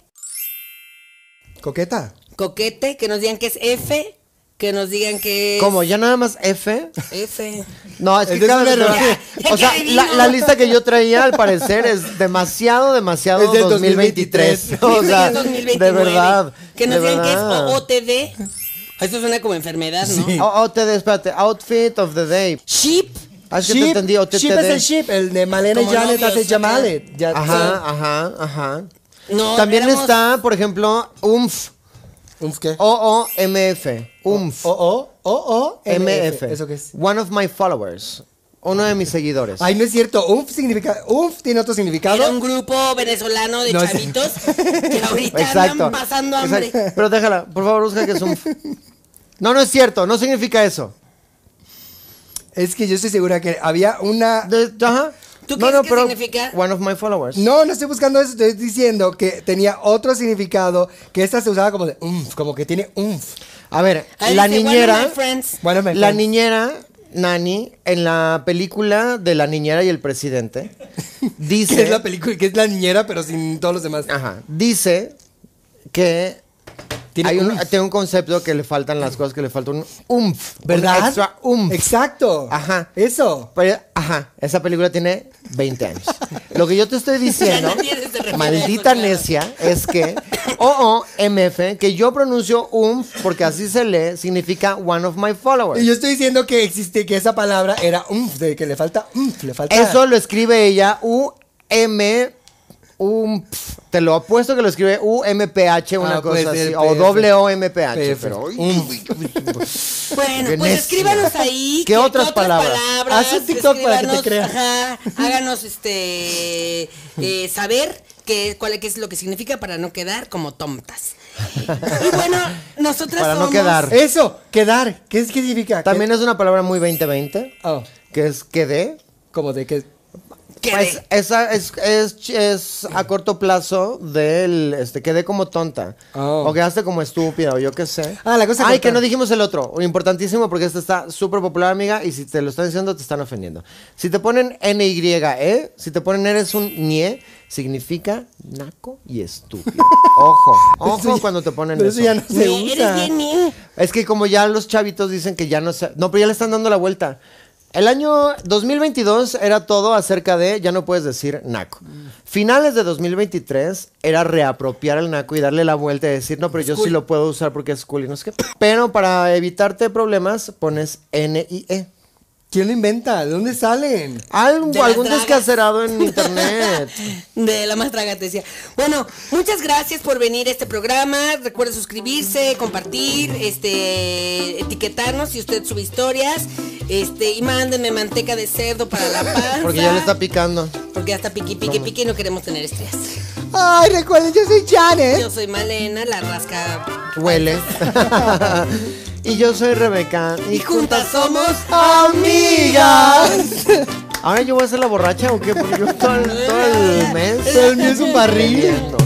Speaker 4: ¿Coqueta?
Speaker 2: coquete, que nos digan que es F, que nos digan que es.
Speaker 1: Como ya nada más F.
Speaker 2: F.
Speaker 1: No, es que
Speaker 4: Entonces,
Speaker 1: cada vez
Speaker 4: pero-
Speaker 1: más-
Speaker 2: Ya, ya
Speaker 1: O sea,
Speaker 2: que
Speaker 1: la,
Speaker 2: digo.
Speaker 1: la lista que yo traía al parecer es demasiado, demasiado
Speaker 4: Es del
Speaker 1: 2023.
Speaker 4: 2023.
Speaker 1: O sea,
Speaker 2: Es 2029.
Speaker 1: de verdad.
Speaker 2: Que nos
Speaker 1: de
Speaker 2: digan que es
Speaker 1: verdad.
Speaker 2: OOTD. Eso suena como enfermedad, ¿no?
Speaker 1: O- OTD, espérate, Outfit of the Day.
Speaker 2: Sheep.
Speaker 1: Ah, es que te entendí, OTD.
Speaker 4: Ship es el ship, el de Malena y
Speaker 2: Como
Speaker 4: Janet
Speaker 2: novios,
Speaker 4: hace
Speaker 2: ¿no?
Speaker 4: Yamalet. Ya-
Speaker 1: Ajá, ajá, ajá.
Speaker 2: No,
Speaker 1: También
Speaker 2: éramos-
Speaker 1: está, por ejemplo, UMF.
Speaker 4: ¿Umf qué?
Speaker 1: O-O-M-F. UMF.
Speaker 4: O, O, O, O,
Speaker 1: MF.
Speaker 4: ¿Eso qué es?
Speaker 1: One of my followers. Uno de mis seguidores.
Speaker 4: Ay, no es cierto. Umf significa. Umf tiene otro
Speaker 2: Era
Speaker 4: significado.
Speaker 2: un grupo venezolano de
Speaker 4: No sé.
Speaker 2: chavitos que ahorita andan pasando hambre.
Speaker 1: Exacto. Pero déjala, por favor, busca que es un. No, no es cierto, no significa eso.
Speaker 4: Es que yo estoy segura que había una.
Speaker 1: De- ajá.
Speaker 2: ¿Tú
Speaker 1: no,
Speaker 2: crees
Speaker 1: no,
Speaker 2: que
Speaker 1: pero
Speaker 2: significa?
Speaker 1: One of my followers.
Speaker 4: No, no estoy buscando eso. Estoy diciendo que tenía otro significado. Que esta se usaba como de umf, como que tiene umf.
Speaker 1: A ver,
Speaker 2: Ahí
Speaker 1: la
Speaker 2: dice, "One of
Speaker 1: niñera.
Speaker 2: my friends".
Speaker 4: Bueno, me
Speaker 1: La niñera, Nani, en la película de La niñera y el presidente, dice.
Speaker 4: Que es la película, que es la niñera, pero sin todos los demás.
Speaker 1: Ajá. Dice que
Speaker 4: Tiene
Speaker 1: hay un,
Speaker 4: umf.
Speaker 1: tiene un concepto que le faltan las cosas, que le falta un umf.
Speaker 4: ¿Verdad?
Speaker 1: Un extra umf.
Speaker 4: Exacto.
Speaker 1: Ajá.
Speaker 4: Eso.
Speaker 1: Pero, ajá, esa película tiene 20 años. Lo que yo te estoy diciendo,
Speaker 2: Ya no tienes de referencia,
Speaker 1: maldita
Speaker 2: claro.
Speaker 1: necia, es que OOMF, que yo pronuncio umf porque así se lee, significa one of my followers.
Speaker 4: Y yo estoy diciendo que existe, que esa palabra era umf, de que le falta umf, le falta.
Speaker 1: Eso lo escribe ella U-M. umf. te lo apuesto que lo escribe UMPH, una
Speaker 4: Ah,
Speaker 1: cosa
Speaker 4: pues,
Speaker 1: así.
Speaker 4: el
Speaker 1: O
Speaker 4: PF.
Speaker 1: doble OMPH.
Speaker 4: PF.
Speaker 1: Pero, uy,
Speaker 2: Bueno,
Speaker 1: Qué
Speaker 2: pues
Speaker 1: necia.
Speaker 2: escríbanos ahí.
Speaker 1: ¿Qué otras palabras?
Speaker 2: palabras,
Speaker 4: Haz un TikTok para que te
Speaker 2: escríbanos,
Speaker 4: creas.
Speaker 2: Ajá, háganos este eh, saber qué cuál qué es lo que significa para no quedar como tontas. Y bueno, nosotras
Speaker 1: Para no
Speaker 2: somos-
Speaker 1: quedar.
Speaker 4: Eso, quedar. ¿Qué, es- qué significa?
Speaker 1: También es una palabra muy 2020,
Speaker 4: Oh,
Speaker 1: que es quedé.
Speaker 4: como de que.
Speaker 2: Quedé.
Speaker 1: Pues, esa es, es- es a corto plazo del este quedé como tonta.
Speaker 4: Oh.
Speaker 1: O quedaste como estúpida, o yo qué sé.
Speaker 4: Ah, la cosa
Speaker 1: Ay,
Speaker 4: corta.
Speaker 1: que no dijimos el otro. Importantísimo porque este está súper popular, amiga. Y si te lo están diciendo, te están ofendiendo. Si te ponen NYE, si te ponen eres un nie, significa naco y estúpido. Ojo,
Speaker 4: Eso
Speaker 1: ojo
Speaker 4: ya-
Speaker 1: cuando te ponen
Speaker 4: pero
Speaker 1: eso.
Speaker 4: eso. ya no
Speaker 2: Ni,
Speaker 4: se usa.
Speaker 2: eres bien ni.
Speaker 1: Es que como ya los chavitos dicen que ya no se. No, pero ya le están dando la vuelta. El año 2022 era todo acerca de ya no puedes decir naco.
Speaker 2: Mm.
Speaker 1: Finales de 2023 era reapropiar el naco y darle la vuelta y decir, no, pero yo sí lo puedo usar porque es cool y no sé qué. Pero para evitarte problemas pones N y E.
Speaker 4: ¿Quién lo inventa? ¿De dónde salen?
Speaker 1: Algo-
Speaker 2: De las
Speaker 1: algún
Speaker 2: dragas.
Speaker 1: descacerado en internet.
Speaker 2: De la más tragatecia. Bueno, muchas gracias por venir a este programa. Recuerden suscribirse, compartir, este, etiquetarnos si usted sube historias. Este, y mándenme manteca de cerdo para la panza.
Speaker 1: Porque ya le está picando.
Speaker 2: Porque ya está piqui, piqui, piqui y no queremos tener estrellas.
Speaker 4: Ay, recuerden, yo soy Janet.
Speaker 2: Yo soy Malena, la rasca.
Speaker 1: Huele. y yo soy Rebeca.
Speaker 2: Y juntas somos
Speaker 1: amigas. Ahora yo voy a ser la borracha o qué? Porque yo todo, el- todo el mes.
Speaker 4: Todo el mío es un barril.